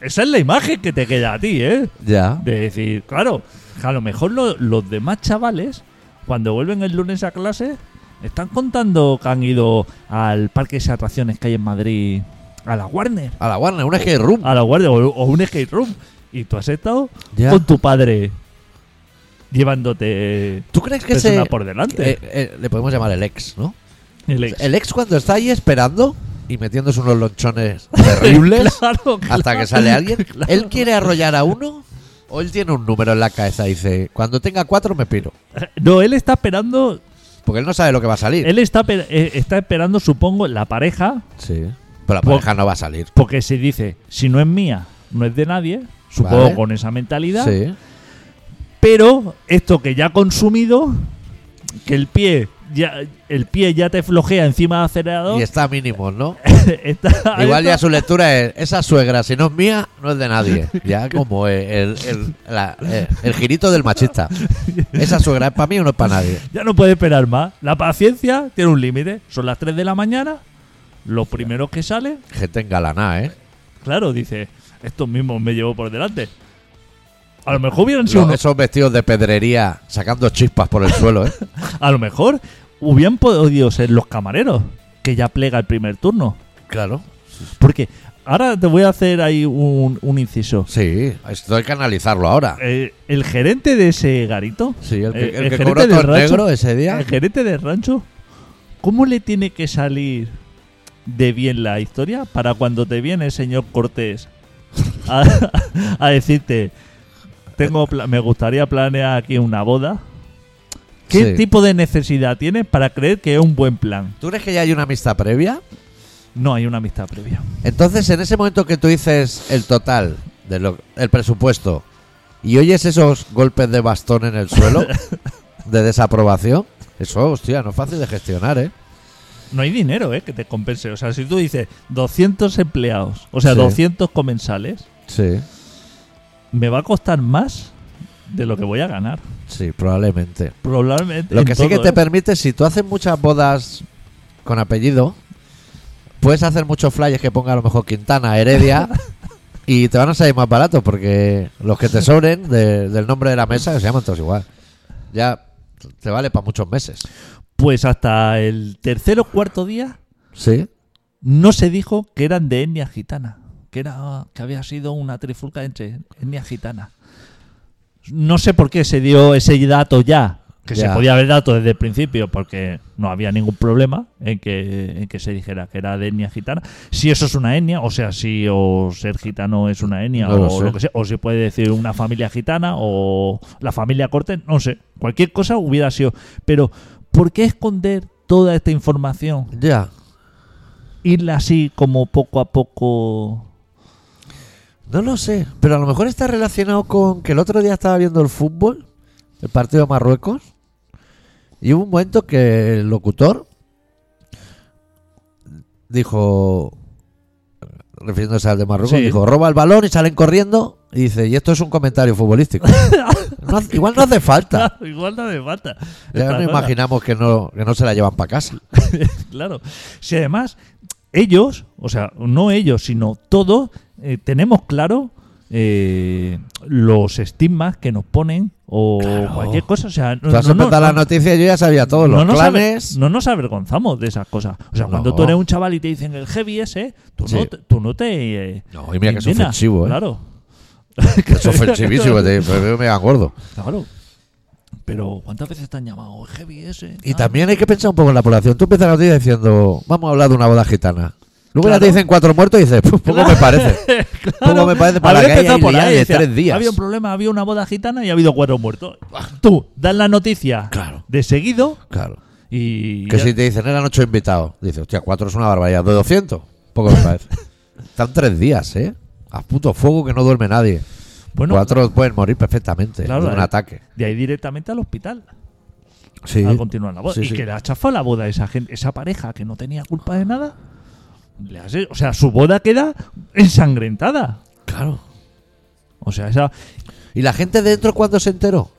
Esa es la imagen que te queda a ti, ¿eh?
ya.
De decir, claro, a lo mejor lo- los demás chavales, cuando vuelven el lunes a clase, están contando que han ido al parque de atracciones que hay en Madrid, a la Warner,
A la Warner, un skate room.
a la guardia o, o un skate room y tú has estado
Ya.
con tu padre llevándote
¿Tú crees que
persona
se.
por delante.
eh, eh, le podemos llamar el ex, ¿no?
el ex.
El ex cuando está ahí esperando y metiéndose unos lonchones terribles
Claro,
hasta
claro,
que sale alguien.
claro.
Él quiere arrollar a uno o él tiene un número en la cabeza. Dice, cuando tenga cuatro me piro.
No, él está esperando,
Porque él no sabe lo que va a salir.
él está pe- eh, está esperando, supongo, la pareja,
Sí. Pero la
Por-
pareja no va a salir.
porque se dice, si no es mía, no es de nadie, supongo
Vale.
con esa mentalidad,
Sí.
pero esto que ya ha consumido, que el pie ya el pie ya te flojea encima del acelerador,
Y está mínimo, ¿no?
está-
Igual ya
está-
su lectura es, esa suegra, si no es mía, no es de nadie. Ya como el, el, el- la- eh, el girito del machista. Esa suegra es para mí o no es para nadie.
Ya no puede esperar más. La paciencia tiene un límite. Son las 3 de la mañana. Los primeros que salen,
Gente engalaná, ¿eh?
claro, dice, estos mismos me llevo por delante. A lo mejor hubieran sido
Los-
unos-
esos vestidos de pedrería sacando chispas por el suelo, ¿eh?
a lo mejor hubieran podido ser los camareros, que ya plega el primer turno.
Claro.
Porque ahora te voy a hacer ahí un, un inciso.
Sí, esto hay que analizarlo ahora.
Eh, el gerente de ese garito,
Sí, el que,
eh,
el que
gerente
cobró
del
todo el
rancho- Eh,
negro ese día.
el gerente del rancho, ¿cómo le tiene que salir de bien la historia para cuando te viene el señor Cortés a, a decirte, tengo pla- me gustaría planear aquí una boda. ¿Qué
Sí.
tipo de necesidad tienes para creer que es un buen plan?
¿Tú crees que ya hay una amistad previa?
No hay una amistad previa.
Entonces, en ese momento que tú dices el total del presupuesto y oyes esos golpes de bastón en el suelo de desaprobación, eso, hostia, no es fácil de gestionar, ¿eh?
No hay dinero, ¿eh? Que te compense. O sea, si tú dices 200 empleados, o sea,
Sí.
200 comensales,
Sí,
me va a costar más de lo que voy a ganar.
sí, probablemente.
Probablemente.
Lo
en
que sí
todo,
que te
¿eh?
permite, si tú haces muchas bodas con apellido, puedes hacer muchos flyers que ponga a lo mejor Quintana, Heredia, y te van a salir más baratos porque los que te sobren de- del nombre de la mesa se llaman todos igual. Ya te vale para muchos meses.
Pues hasta el tercer o cuarto día
Sí.
no se dijo que eran de etnia gitana, que era que había sido una trifulca entre etnia gitana. No sé por qué se dio ese dato ya, que
Ya.
se podía haber dado desde el principio, porque no había ningún problema en que, en que se dijera que era de etnia gitana. Si eso es una etnia, o sea, si o ser gitano es una etnia,
No lo
o
sé.
lo que sea, o se puede decir una familia gitana, o la familia corte, no sé, cualquier cosa hubiera sido. Pero, ¿por qué esconder toda esta información?
Ya.
irla así como poco a poco.
No lo sé. Pero a lo mejor está relacionado con que el otro día estaba viendo el fútbol, el partido de Marruecos, y hubo un momento que el locutor dijo, refiriéndose al de Marruecos,
Sí.
dijo, roba el balón y salen corriendo. Y dice, y esto es un comentario futbolístico. No hace- igual no hace falta.
Igual no me falta.
Ya
Esta
no
cosa.
imaginamos que no, que no se la llevan para casa.
Claro. Si además, ellos, o sea, no ellos, sino todos, eh, tenemos claro eh, los estigmas que nos ponen o
Claro.
cualquier cosa. O sea, no,
Tú has
no, no,
empezado la
no-
noticia y yo ya sabía todo. Los
no nos aver-
clanes...
no nos avergonzamos de esas cosas. O sea,
No.
cuando tú eres un chaval y te dicen el heavy ese, tú,
Sí.
no, te- tú no te. eh,
No, y mira que es
indignas.
ofensivo, ¿eh?
Claro.
Es ofensivísimo, te- me me engordo.
Claro. Pero ¿cuántas veces te han llamado heavy ese?
Y
tal?
también hay que pensar un poco en la población. Tú empiezas la noticia diciendo, vamos a hablar de una boda gitana. Luego ya
Claro.
te dicen cuatro muertos y dices, "Puf, poco me parece. Poco me parece para
Habría
que haya
empezado por
liada
ahí,
de
decía,
tres días. Ah.
Había un problema, había una boda gitana y ha habido cuatro muertos. Tú, das la noticia
Claro.
de seguido
Claro.
y...
Que
ya-
si te dicen, eran ocho invitados. Dices, hostia, cuatro es una barbaridad. De 200, poco me parece. Están tres días, ¿eh? A puto fuego que no duerme nadie.
bueno,
cuatro pueden morir perfectamente
Claro,
de un
eh.
ataque.
de ahí directamente al hospital
Sí.
a continuar la boda.
Sí,
y
sí.
que le ha chafado la boda a esa, gente, esa pareja que no tenía culpa de nada. Le has- o sea, su boda queda ensangrentada.
Claro.
O sea, esa,
¿Y la gente dentro cuándo se enteró?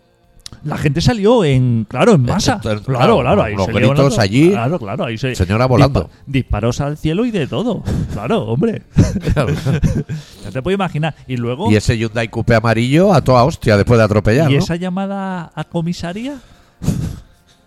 la gente salió en, claro, en masa.
Entonces,
claro,
claro,
claro, ahí
unos
se lió en
gritos
otro-
allí.
Claro, claro, ahí se-
Señora volando.
dispa- disparos al cielo y de todo. Claro, hombre.
Claro.
Ya te puedo imaginar. Y luego,
Y ese Hyundai Coupé amarillo a toda hostia después de atropellar,
¿y
¿no?
esa llamada a comisaría?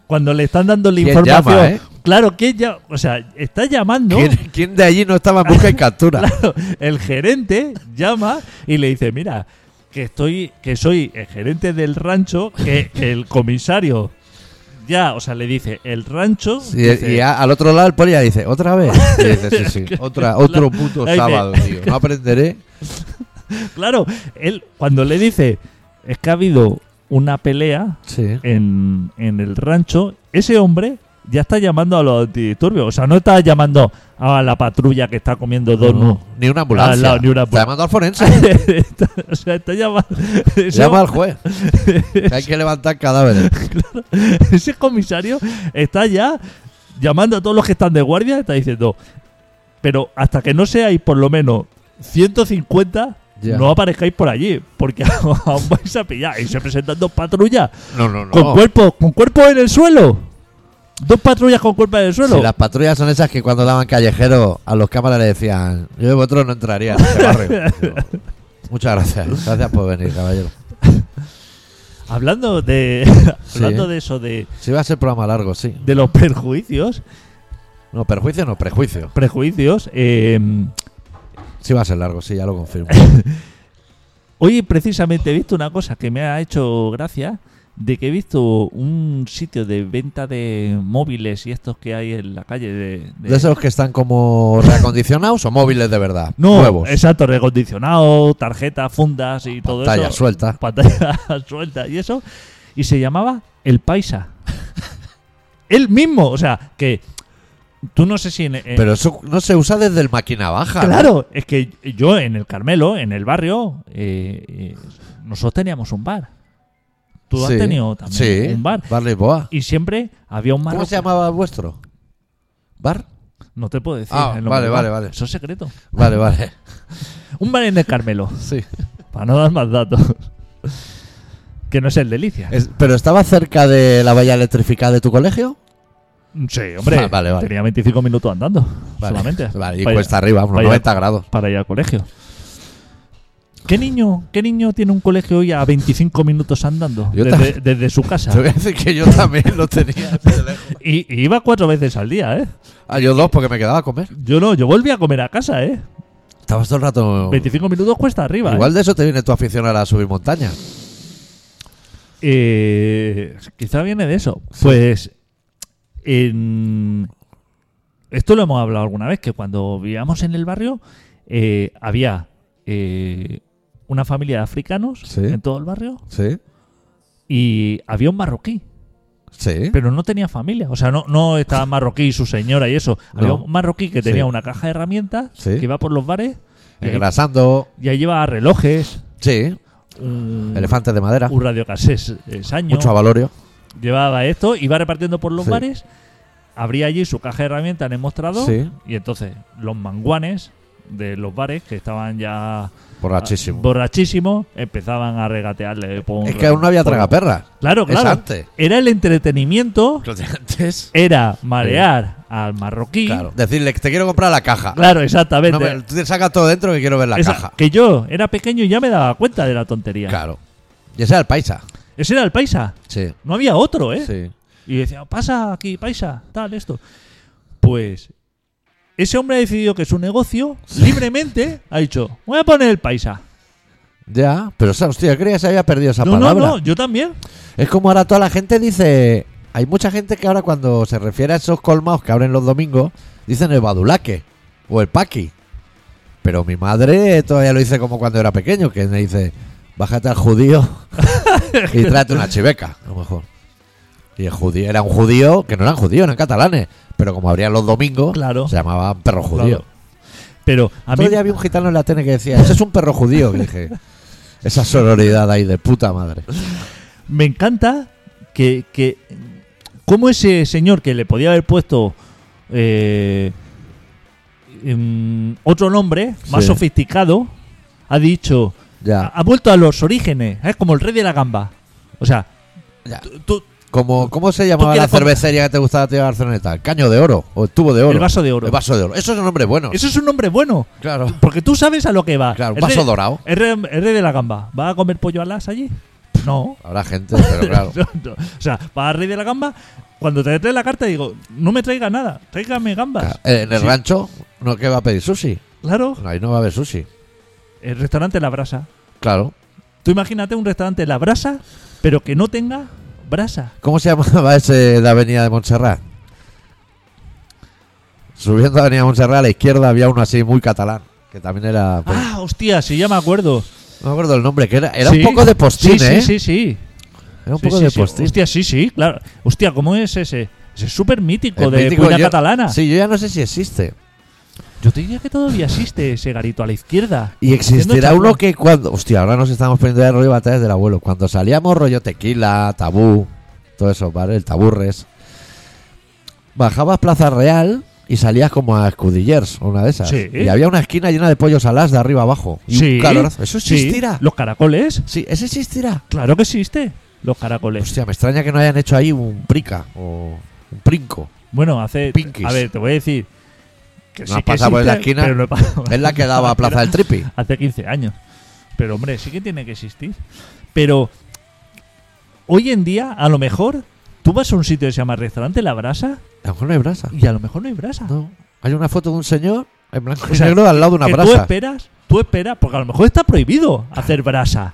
Cuando le están dando la
¿Quién
información.
llama, eh?
Claro, ¿quién ya, o sea, está llamando.
¿Quién, quién de allí no estaba en busca y captura?
Claro, el gerente llama y le dice, mira, que estoy, que soy el gerente del rancho, que el comisario ya, o sea, le dice, el rancho.
Y,
dice,
y a- al otro lado el poli ya dice, ¿otra vez? Y dice, sí, sí, otra, otro puto
Ahí dice-
sábado, tío. No aprenderé.
Claro, él cuando le dice, es que ha habido una pelea
Sí.
en, en el rancho, ese hombre ya está llamando a los antidisturbios. O sea, no está llamando a la patrulla que está comiendo donuts.
Ni una ambulancia.
Al lado, ni una
Está
ambulancia.
llamando al forense.
Está- o sea, está llamando. Ese,
Llama al juez. Que hay que levantar cadáveres.
ese comisario está ya llamando a todos los que están de guardia. Está diciendo, pero hasta que no seáis por lo menos 150.
Ya.
No aparezcáis por allí, porque aún vais a pillar. Y se presentan dos patrullas
No, no, no.
con cuerpos con cuerpos en el suelo. Dos patrullas con cuerpos en el suelo.
Si las patrullas son esas que cuando daban callejero a los cámaras le decían, yo de vosotros no entraría en este barrio. Digo, Muchas gracias. Gracias por venir, caballero.
Hablando de hablando de eso de,
Si va a ser programa largo, sí.
de los perjuicios,
No, perjuicio no, prejuicio.
prejuicios, eh,
Sí va a ser largo, sí, ya lo confirmo.
hoy precisamente he visto una cosa que me ha hecho gracia de que he visto un sitio de venta de móviles y estos que hay en la calle de... de-
¿De esos que están como reacondicionados o móviles de verdad?
no,
Nuevos.
exacto, recondicionado, tarjetas, fundas y todo
Talla
eso.
suelta.
Pantalla suelta y eso. Y se llamaba El Paisa. Él mismo, o sea, que tú no sé si en, en-
Pero eso no se usa desde el máquina baja. ¿no?
eh. Claro, es que yo en el Carmelo, en el barrio, eh, eh, nosotros teníamos un bar. Tú has
Sí,
tenido también
sí,
un bar.
Bar Lisboa.
Y siempre había un marroquí.
¿Cómo se llamaba el vuestro? ¿Bar?
No te puedo decir.
Ah,
el nombre
vale,
del
vale,
bar.
vale.
Eso es secreto.
Vale, vale.
Un bar en el Carmelo,
Sí.
para no dar más datos. que no es el Delicia.
Es- ¿Pero estaba cerca de la valla electrificada de tu colegio?
Sí, hombre.
Ah, vale, vale.
Tenía 25 minutos andando
Vale.
solamente.
Vale, y
Para-
cuesta arriba, unos
vaya.
90 grados.
para ir al colegio. ¿Qué niño, ¿Qué niño tiene un colegio hoy a 25 minutos andando
Yo
desde,
tam-
desde su casa?
Te voy a decir que yo también lo tenía de lejos.
Y, y iba cuatro veces al día, ¿eh?
Ah, yo dos porque me quedaba a comer.
Yo no, yo volví a comer a casa, ¿eh?
Estabas todo el rato.
25 minutos cuesta arriba. ¿eh?
Oh. Igual de eso te viene tu afición a la subir montaña.
Eh, quizá viene de eso. Pues. en- Esto lo hemos hablado alguna vez, que cuando vivíamos en el barrio eh, había eh, una familia de africanos
Sí.
en todo el barrio
Sí.
y había un marroquí.
Sí.
Pero no tenía familia. O sea, no, no estaba marroquí y su señora y eso. Había
No.
un marroquí que tenía
Sí.
una caja de herramientas
Sí.
que iba por los bares y ahí,
Engrasando.
y ahí llevaba relojes,
Sí.
un,
Elefantes de madera.
un radiocasés eh, saño.
Mucho avalorio.
Llevaba esto, iba repartiendo por los
Sí.
bares, abría allí su caja de herramientas en el mostrador
Sí.
y entonces los manguanes de los bares que estaban ya
Borrachísimo.
ah, borrachísimos empezaban a regatearle. por un
es que aún no había
por-
tragaperras.
Claro,
Es
claro.
antes.
Era el entretenimiento.
Antes.
era marear al marroquí.
Claro. Decirle que te quiero comprar la caja.
Claro, exactamente.
No me- tú te sacas todo dentro que quiero ver la
Esa-
caja.
Que yo era pequeño y ya me daba cuenta de la tontería.
Claro. Y ese era el paisa.
Ese era el paisa.
Sí.
No había otro, ¿eh?
Sí.
Y decía, pasa aquí, paisa, tal, esto. Pues ese hombre ha decidido que su negocio, libremente, ha dicho, voy a poner el paisa.
Ya, pero o sea, hostia, yo creía que se había perdido esa
no,
palabra.
no, no, yo también.
Es como ahora toda la gente dice. Hay mucha gente que ahora cuando se refiere a esos colmados que abren los domingos, dicen el badulaque o el paqui. Pero mi madre todavía lo dice como cuando era pequeño, que me dice, bájate al judío y tráete una chiveca, a lo mejor. Y el judío era un judío, que no eran judíos, eran catalanes, pero como abrían los domingos,
Claro.
se llamaban perro judío.
Claro. Pero a mí,
Otro día vi un gitano en la tele que decía, ese es un perro judío, que dije, esa sororidad ahí de puta madre.
me encanta que, que cómo ese señor que le podía haber puesto eh, em, otro nombre más
Sí.
sofisticado ha dicho
Ya.
ha, ha vuelto a los orígenes es como el rey de la gamba o sea
Ya.
tú- tú-
Como, ¿Cómo se llamaba la
quieres comprar-
cervecería que te gustaba tío de Barceloneta? ¿El caño de oro? ¿O el tubo de oro?
El vaso de oro.
El vaso de oro. Eso es un nombre bueno.
eso es un nombre bueno
Claro.
porque tú sabes a lo que va
Claro, un
El
vaso
rey-
dorado.
el rey, el rey de la gamba va a comer pollo alas allí no
Habrá gente, pero claro.
No, no. O sea, para Rey de la Gamba, cuando te trae la carta, digo, no me traiga nada, tráigame gambas.
Claro. En el
Sí.
rancho, ¿no que va a pedir sushi?
Claro,
No, ahí no va a haber sushi.
el restaurante La Brasa.
Claro.
Tú imagínate un restaurante La Brasa, pero que no tenga brasa.
¿Cómo se llamaba ese de Avenida de Montserrat? Subiendo a Avenida Montserrat a la izquierda había uno así muy catalán, que también era... pues,
Ah, hostia, sí, ya me acuerdo.
No me acuerdo el nombre, que era, era
Sí.
un poco de postín,
sí,
¿eh?
Sí, sí, sí.
Era un
Sí,
poco
sí,
de
sí.
postín.
Hostia, sí, sí, claro. Hostia, ¿cómo es ese? Ese es súper mítico
El
de
mítico,
cuina
yo-
catalana.
Sí, yo ya no sé si existe.
Yo te diría que todavía existe ese garito a la izquierda.
Y
Haciendo
existirá
chapuzas.
uno que cuando. Hostia, ahora nos estamos poniendo de rollo batallas del abuelo. Cuando salíamos rollo tequila, tabú, todo eso, ¿vale? El taburres. Bajabas Plaza Real y salías como a escudillers, una de esas.
Sí.
Y había una esquina llena de pollos alas de arriba abajo. Y un
Sí,
calorazo. Eso
sí.
existirá. Sí,
Los caracoles,
ese existirá.
claro que existe. Los caracoles.
Hostia, me extraña que no hayan hecho ahí un prica o un princo.
Bueno, hace.
Pinkies.
A ver, te voy a decir. Que
No has pasado por la esquina.
pero no he pasado.
Es la que daba a Plaza del Tripi.
Hace 15 años. Pero, hombre, sí que tiene que existir. Pero. Hoy en día, a lo mejor. Tú vas a un sitio que se llama Restaurante La Brasa.
A lo mejor no hay brasa.
Y a lo mejor no hay brasa.
No. Hay una foto de un señor en blanco
O
y
sea,
negro al lado de una
que tú
brasa.
esperas. Tú esperas. Porque a lo mejor está prohibido hacer brasa.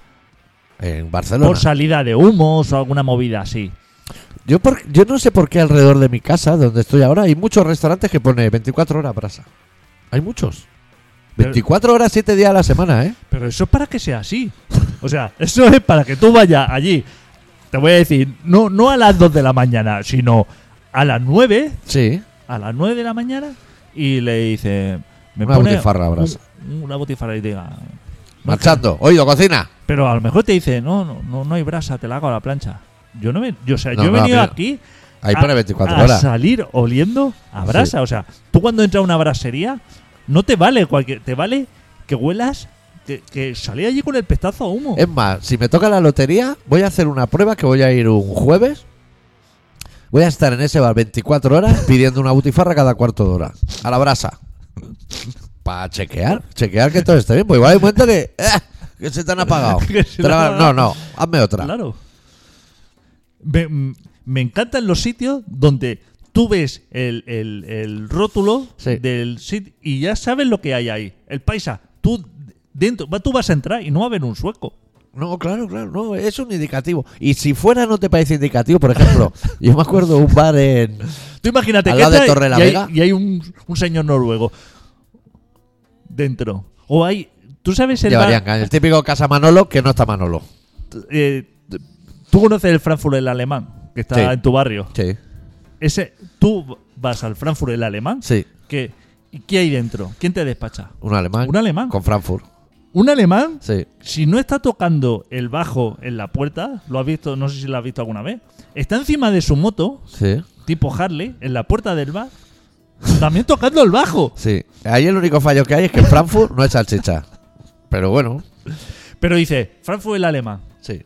en Barcelona.
Por salida de humos o alguna movida así.
Yo, por- yo no sé por qué alrededor de mi casa, donde estoy ahora, hay muchos restaurantes que pone 24 horas brasa. Hay muchos.
Pero-
24 horas, 7 días a la semana, ¿eh?
Pero eso es para que sea así. O sea, eso es para que tú vayas allí. Te voy a decir, no, no a las 2 de la mañana, sino a las 9,
Sí.
a las 9 de la mañana, y le dice... Me
Una
pone
butifarra, brasa.
un- una butifarra y diga...
Marchando. Oído, cocina.
Pero a lo mejor te dice, no, no, no, no hay brasa, te la hago a la plancha. Yo no, me, yo, o sea,
No,
yo he
no,
venido
pero-
aquí
Ahí
a-
pone 24
a
horas.
salir oliendo a
Sí.
brasa. O sea, tú cuando entras a una brasería, no te vale cualquier. Te vale que huelas, que, que salí allí con el pestazo a humo.
Es más, si me toca la lotería, voy a hacer una prueba que voy a ir un jueves. Voy a estar en ese bar 24 horas pidiendo una butifarra cada cuarto de hora. A la brasa. Para chequear. Chequear que todo esté bien. Pues igual hay cuenta que... ¡ah! que se te han apagado.
Que
Te
se
la-
te han apagado.
no, no. Hazme otra.
Claro. Me, mm, me encantan los sitios donde tú ves el, el- el rótulo
Sí.
del sitio y ya sabes lo que hay ahí. El paisa, tú dentro, va- tú vas a entrar y no va a haber un sueco.
No, claro, claro, no, es un indicativo. Y si fuera no te parece indicativo, por ejemplo, yo me acuerdo un bar en...
Tú imagínate
Al
que
lado de
entra y-
Torre la
y hay-
Vega.
y hay, un, un señor noruego dentro. O hay. ¿Tú sabes el
Llevarían
bar-
caña, el típico Casa Manolo que no está Manolo.
eh, tú conoces el Frankfurt el alemán, que está
Sí.
en tu barrio.
Sí,
Ese, tú vas al Frankfurt el alemán.
sí,
Que, ¿Y qué hay dentro? ¿Quién te despacha?
un alemán.
Un alemán.
Con Frankfurt,
¿Un alemán?
sí.
Si no está tocando el bajo en la puerta, lo has visto, no sé si lo has visto alguna vez, está encima de su moto,
Sí,
tipo Harley, en la puerta del bar, también tocando el bajo.
sí. Ahí el único fallo que hay es que en Frankfurt no es salchicha. Pero bueno,
Pero dice, Frankfurt el alemán.
sí.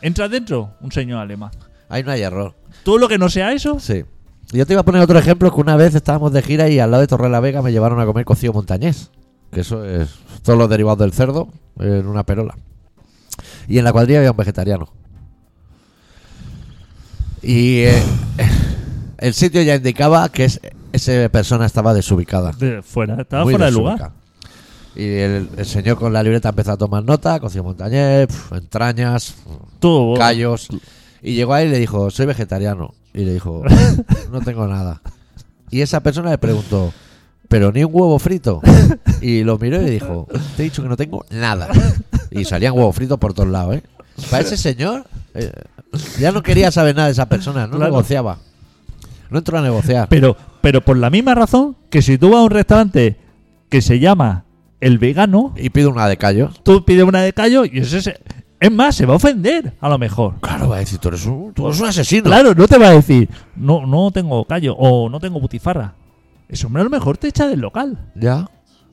Entra dentro un señor alemán.
Ahí no hay error.
Todo lo que no sea eso,
Sí. Yo te iba a poner otro ejemplo que una vez estábamos de gira y al lado de Torre la Vega me llevaron a comer cocido montañés. Que eso es todos los derivados del cerdo en una perola. Y en la cuadrilla había un vegetariano. Y eh, el sitio ya indicaba que es- esa persona estaba desubicada.
de fuera, estaba
Muy
fuera de
desubicada.
lugar.
Y el, el señor con la libreta empezó a tomar nota, cocido montañés, pf, entrañas,
Todo.
callos. Y llegó ahí y le dijo, soy vegetariano. Y le dijo, no tengo nada. Y esa persona le preguntó, pero ni un huevo frito. Y lo miró y le dijo, te he dicho que no tengo nada. Y salían huevos fritos por todos lados, ¿eh? Para ese señor, eh, ya no quería saber nada de esa persona, no
Claro.
negociaba. No entró a negociar.
Pero, pero por la misma razón que si tú vas a un restaurante que se llama El Vegano,
Y pide una de callos.
tú pides una de callo y ese se- es más, se va a ofender a lo mejor.
Claro, va a decir, tú eres un, tú eres un asesino.
Claro, no te va a decir, no, no tengo callo o no tengo butifarra. Ese hombre a lo mejor te echa del local.
Ya.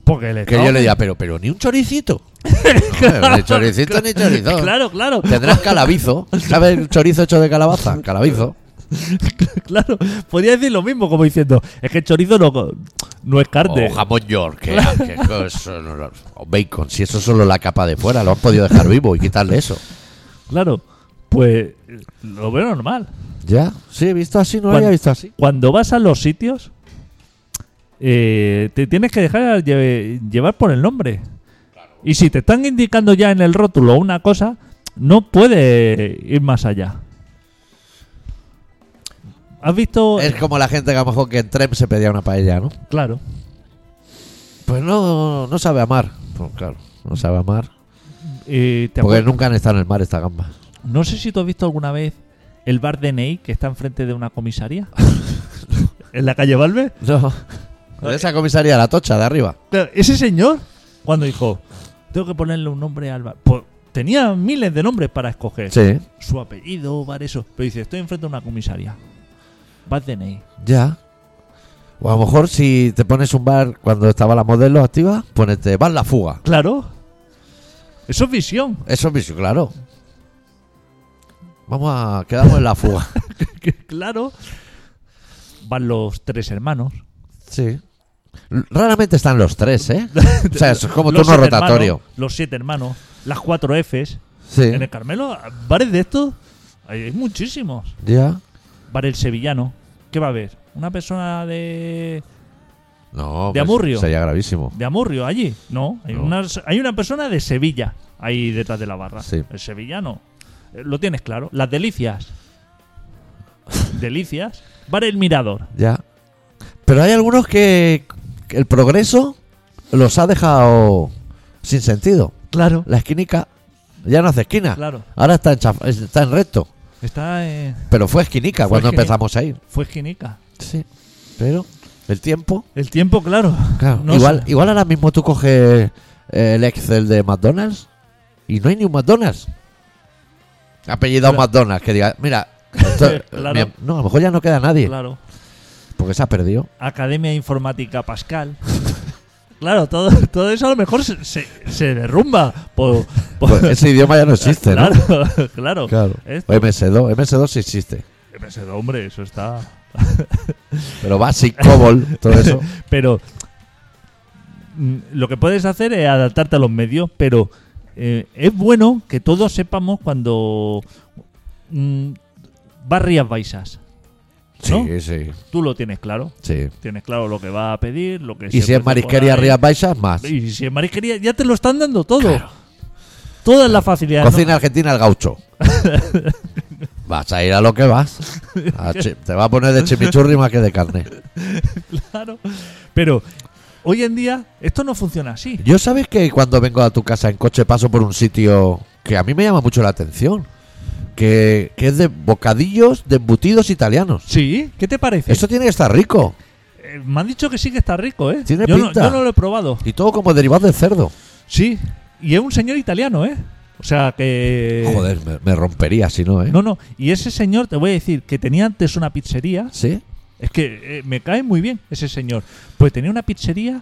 Porque le
Que
está-
yo le diga, pero, pero ni un choricito. No, ni choricito ni chorizo.
Claro, claro.
Tendrás calabizo. ¿Sabes el chorizo hecho de calabaza? Calabizo.
Claro, podría decir lo mismo como diciendo, es que el chorizo no, no es carne.
O jamón york. Que, que eso no lo- o bacon. Si eso es solo la capa de fuera, lo han podido dejar vivo y quitarle eso.
Claro, pues eh, lo veo normal.
Ya. Sí, visto así, no
Cuan-
lo había visto así.
Cuando vas a los sitios, eh, te tienes que dejar lle- llevar por el nombre. Y si te están indicando ya en el rótulo una cosa, no puedes ir más allá. ¿Has visto? Eh,
Es como la gente que a lo mejor que en Trem se pedía una paella, ¿no?
Claro.
Pues no, no sabe amar. Pues claro, no sabe amar.
Eh, ¿te
Porque
acuer-
nunca han estado en el mar esta gamba.
No sé si tú has visto alguna vez el bar DNI que está enfrente de una comisaría. ¿En la calle Valve?
No. De esa comisaría, la tocha de arriba.
Claro, ese señor, cuando dijo, tengo que ponerle un nombre al bar, pues, tenía miles de nombres para escoger.
Sí.
Su apellido, bar, eso. Pero dice, estoy enfrente de una comisaría. Bar DNI.
Ya. O a lo mejor si te pones un bar cuando estaba la modelo activa, ponete bar la fuga.
Claro. Eso es visión.
Eso es vicio, claro. Vamos a quedamos en la fuga.
Que, claro. Van los tres hermanos.
Sí. Raramente están los tres, ¿eh? O sea, es como
Los
turno
siete
rotatorio.
hermanos, los siete hermanos. Las cuatro Fs.
Sí.
En el Carmelo, bares de estos, hay muchísimos.
Ya.
Bar el sevillano. ¿Qué va a haber? ¿Una persona de
No,
De
pues
Amurrio.
Sería gravísimo.
¿De Amurrio allí? No, hay,
No.
Una, hay una persona de Sevilla ahí detrás de la barra.
Sí.
El sevillano. Eh, Lo tienes claro. Las delicias. delicias. Bar El Mirador.
Ya. Pero hay algunos que que el progreso los ha dejado sin sentido.
Claro.
La esquinica ya no hace esquina.
Ah. Claro.
Ahora está en, chaf- está en recto.
Está, eh,
Pero fue esquinica
Fue
cuando
esquinica.
empezamos a ir.
fue esquinica.
Sí. Pero el tiempo.
El tiempo, claro.
Claro.
No
igual,
sé.
igual ahora mismo tú coges eh, el Excel de McDonald's y no hay ni un McDonald's. Apellidado
Claro.
McDonald's, que diga, mira, esto-
Claro.
mi- no, a lo mejor ya no queda nadie,
Claro.
porque se ha perdido.
Academia Informática Pascal. claro, todo, todo eso a lo mejor se, se, se derrumba. Por, por-
Pues ese idioma ya no existe, ¿no?
claro, claro.
Claro. Pues
Esto-
O MS2, MS2 sí existe.
MS, hombre, eso está.
Pero Basic, COBOL, todo eso.
Pero mm, lo que puedes hacer es adaptarte a los medios, pero eh, es bueno que todos sepamos cuando mm, barrias baisas. ¿no?
Sí, sí,
Tú lo tienes claro.
sí.
Tienes claro lo que va a pedir, lo que
Y
se
si es
puede
marisquería
poner.
Rías Baixas, más.
Y si es marisquería, ya te lo están dando todo. Todas las facilidades.
Cocina argentina al gaucho. vas a ir a lo que vas. A chi- te va a poner de chimichurri más que de carne.
¿no? Claro. Pero hoy en día esto no funciona así.
Yo sabes que cuando vengo a tu casa en coche paso por un sitio que a mí me llama mucho la atención. Que, que es de bocadillos de embutidos italianos.
¿Sí? ¿Qué te parece?
Eso tiene que estar rico.
Eh, me han dicho que sí que está rico, ¿eh?
Tiene
yo, no-
pinta.
yo No, lo he probado.
Y todo como derivado de cerdo.
Sí. Y es un señor italiano, ¿eh? O sea que...
Joder, me, me rompería si no, ¿eh?
Eh. No, no. Y ese señor, te voy a decir, que tenía antes una pizzería.
¿Sí?
Es que eh, me cae muy bien ese señor. Pues tenía una pizzería.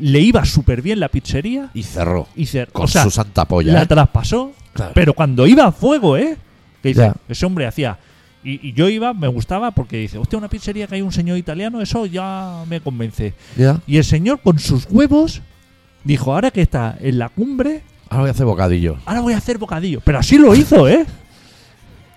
Le iba súper bien la pizzería.
Y cerró.
Y cer-
Con
o sea,
su santa polla.
la
¿eh?
traspasó.
Claro.
Pero cuando iba a fuego, ¿eh? Que dice,
Ya.
ese hombre hacía. Y, y yo iba, me gustaba porque dice, hostia, una pizzería que hay un señor italiano, eso ya me convence.
Ya.
Y el señor con sus huevos dijo, ahora que está en la cumbre,
Ahora voy a hacer bocadillo.
ahora voy a hacer bocadillos. Pero así lo hizo, ¿eh?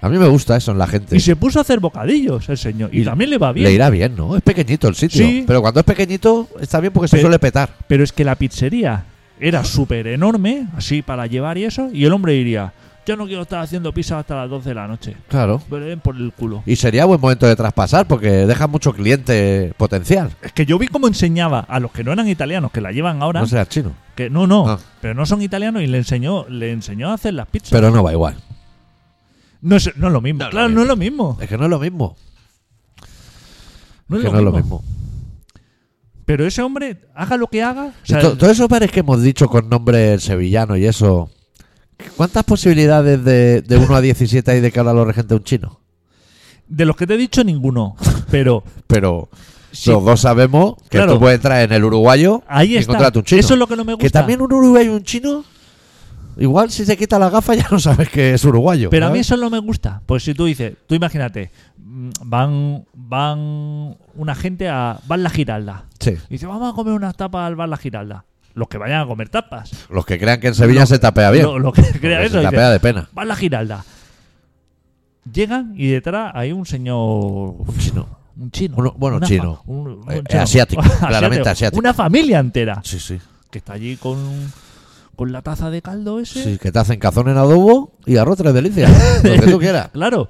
A mí me gusta eso en la gente.
Y se puso a hacer bocadillos el señor. Y,
Y
también le va bien.
Le irá bien, ¿no? Es pequeñito el sitio.
Sí.
Pero cuando es pequeñito está bien porque se
Pe-
suele petar.
Pero es que la pizzería era súper enorme, así para llevar y eso, y el hombre diría, yo no quiero estar haciendo pizza hasta las 12 de la noche.
Claro.
Me den por el culo.
Y sería buen momento de traspasar porque deja mucho cliente potencial.
Es que yo vi cómo enseñaba a los que no eran italianos, que la llevan ahora,
No será chino.
que no, no,
Ah.
pero no son italianos y le enseñó, le enseñó a hacer las pizzas.
Pero no va igual.
no, es, no es lo mismo,
No es lo
claro, no es lo mismo.
Es que no es lo mismo.
No es,
que
lo,
no
mismo.
es lo mismo.
Pero ese hombre, haga lo que haga, o sea,
Y to- Todos esos bares que hemos dicho con nombre sevillano y eso. ¿Cuántas posibilidades de, de 1 a 17 hay de que ahora lo regente un chino?
de los que te he dicho, ninguno. Pero
Pero
sí,
los dos sabemos que
Claro.
tú puedes entrar en el uruguayo
ahí
y
está.
encontrarte un chino.
Eso es lo que no me gusta.
Que también un uruguayo y un chino, igual si se quita la gafa ya no sabes que es uruguayo.
Pero a mí
¿sabes?
eso no me gusta. Pues si tú dices, tú imagínate, mm, van, van una gente a. Van la Giralda.
Sí.
Y dice, vamos a comer unas tapas al bar La Giralda. Los que vayan a comer tapas.
Los que crean que en Sevilla se tapea bien.
Lo, lo que crea
Porque
eso.
se
dice,
tapea de pena.
Bar La Giralda. Llegan y detrás hay un señor.
Un chino.
Un chino.
Uno- bueno,
Una
chino.
fa- un- un
Eh, asiático, claramente asiático.
Una familia entera.
Sí, sí.
Que está allí con, con la taza de caldo ese.
Sí, que te hacen cazón en adobo y arroz tres delicias. lo que tú quieras.
Claro.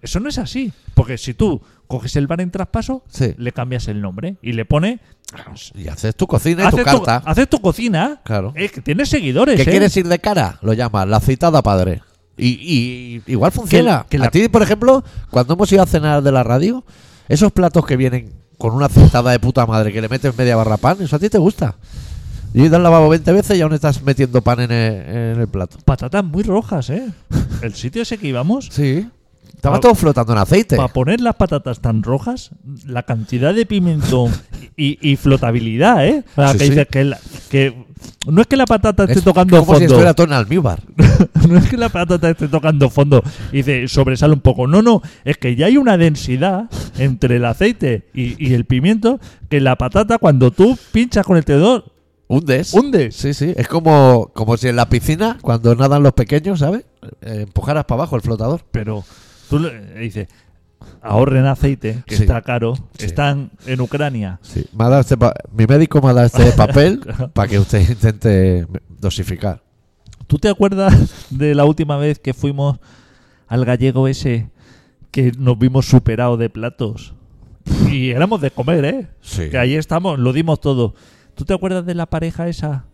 Eso no es así. Porque si tú coges el bar en traspaso,
Sí.
le cambias el nombre y le pone.
Y haces tu cocina y tu
Haces tu, Eh,
carta.
haces tu cocina.
Claro.
Es que tienes seguidores.
¿Qué
¿eh?
quieres ir de cara? Lo llamas la citada padre. Y, y- y igual funciona.
que la-
A ti, por ejemplo, cuando hemos ido a cenar de la radio, esos platos que vienen con una citada de puta madre que le metes media barra pan, eso a ti te gusta. Y ir al lavabo 20 veces y aún estás metiendo pan en el, en el plato.
Patatas muy rojas, ¿eh? El sitio ese que íbamos.
Sí. Estaba
Pa-
todo flotando en aceite.
Para poner las patatas tan rojas, la cantidad de pimentón y, y flotabilidad, ¿eh? O sea,
Sí,
que
sí.
dices que, la- que no es que la patata esté
Es
tocando
como si
fondo.
estuviera todo en almíbar.
no es que la patata esté tocando fondo y dice, sobresale un poco. No, no, es que ya hay una densidad entre el aceite y, y el pimiento que la patata, cuando tú pinchas con el tenedor,
Hundes.
hundes.
Sí, sí. Es como, como si en la piscina, cuando nadan los pequeños, ¿sabes? Eh, empujaras para abajo el flotador.
Pero tú le, dices, ahorren aceite, que
Sí.
está caro,
Sí.
están en Ucrania.
Sí, me ha dado este pa- mi médico me ha dado este papel para que usted intente dosificar.
¿Tú te acuerdas de la última vez que fuimos al gallego ese que nos vimos superados de platos? Y éramos de comer, ¿eh?
Sí.
Que ahí estamos, lo dimos todo. ¿Tú te acuerdas de la pareja esa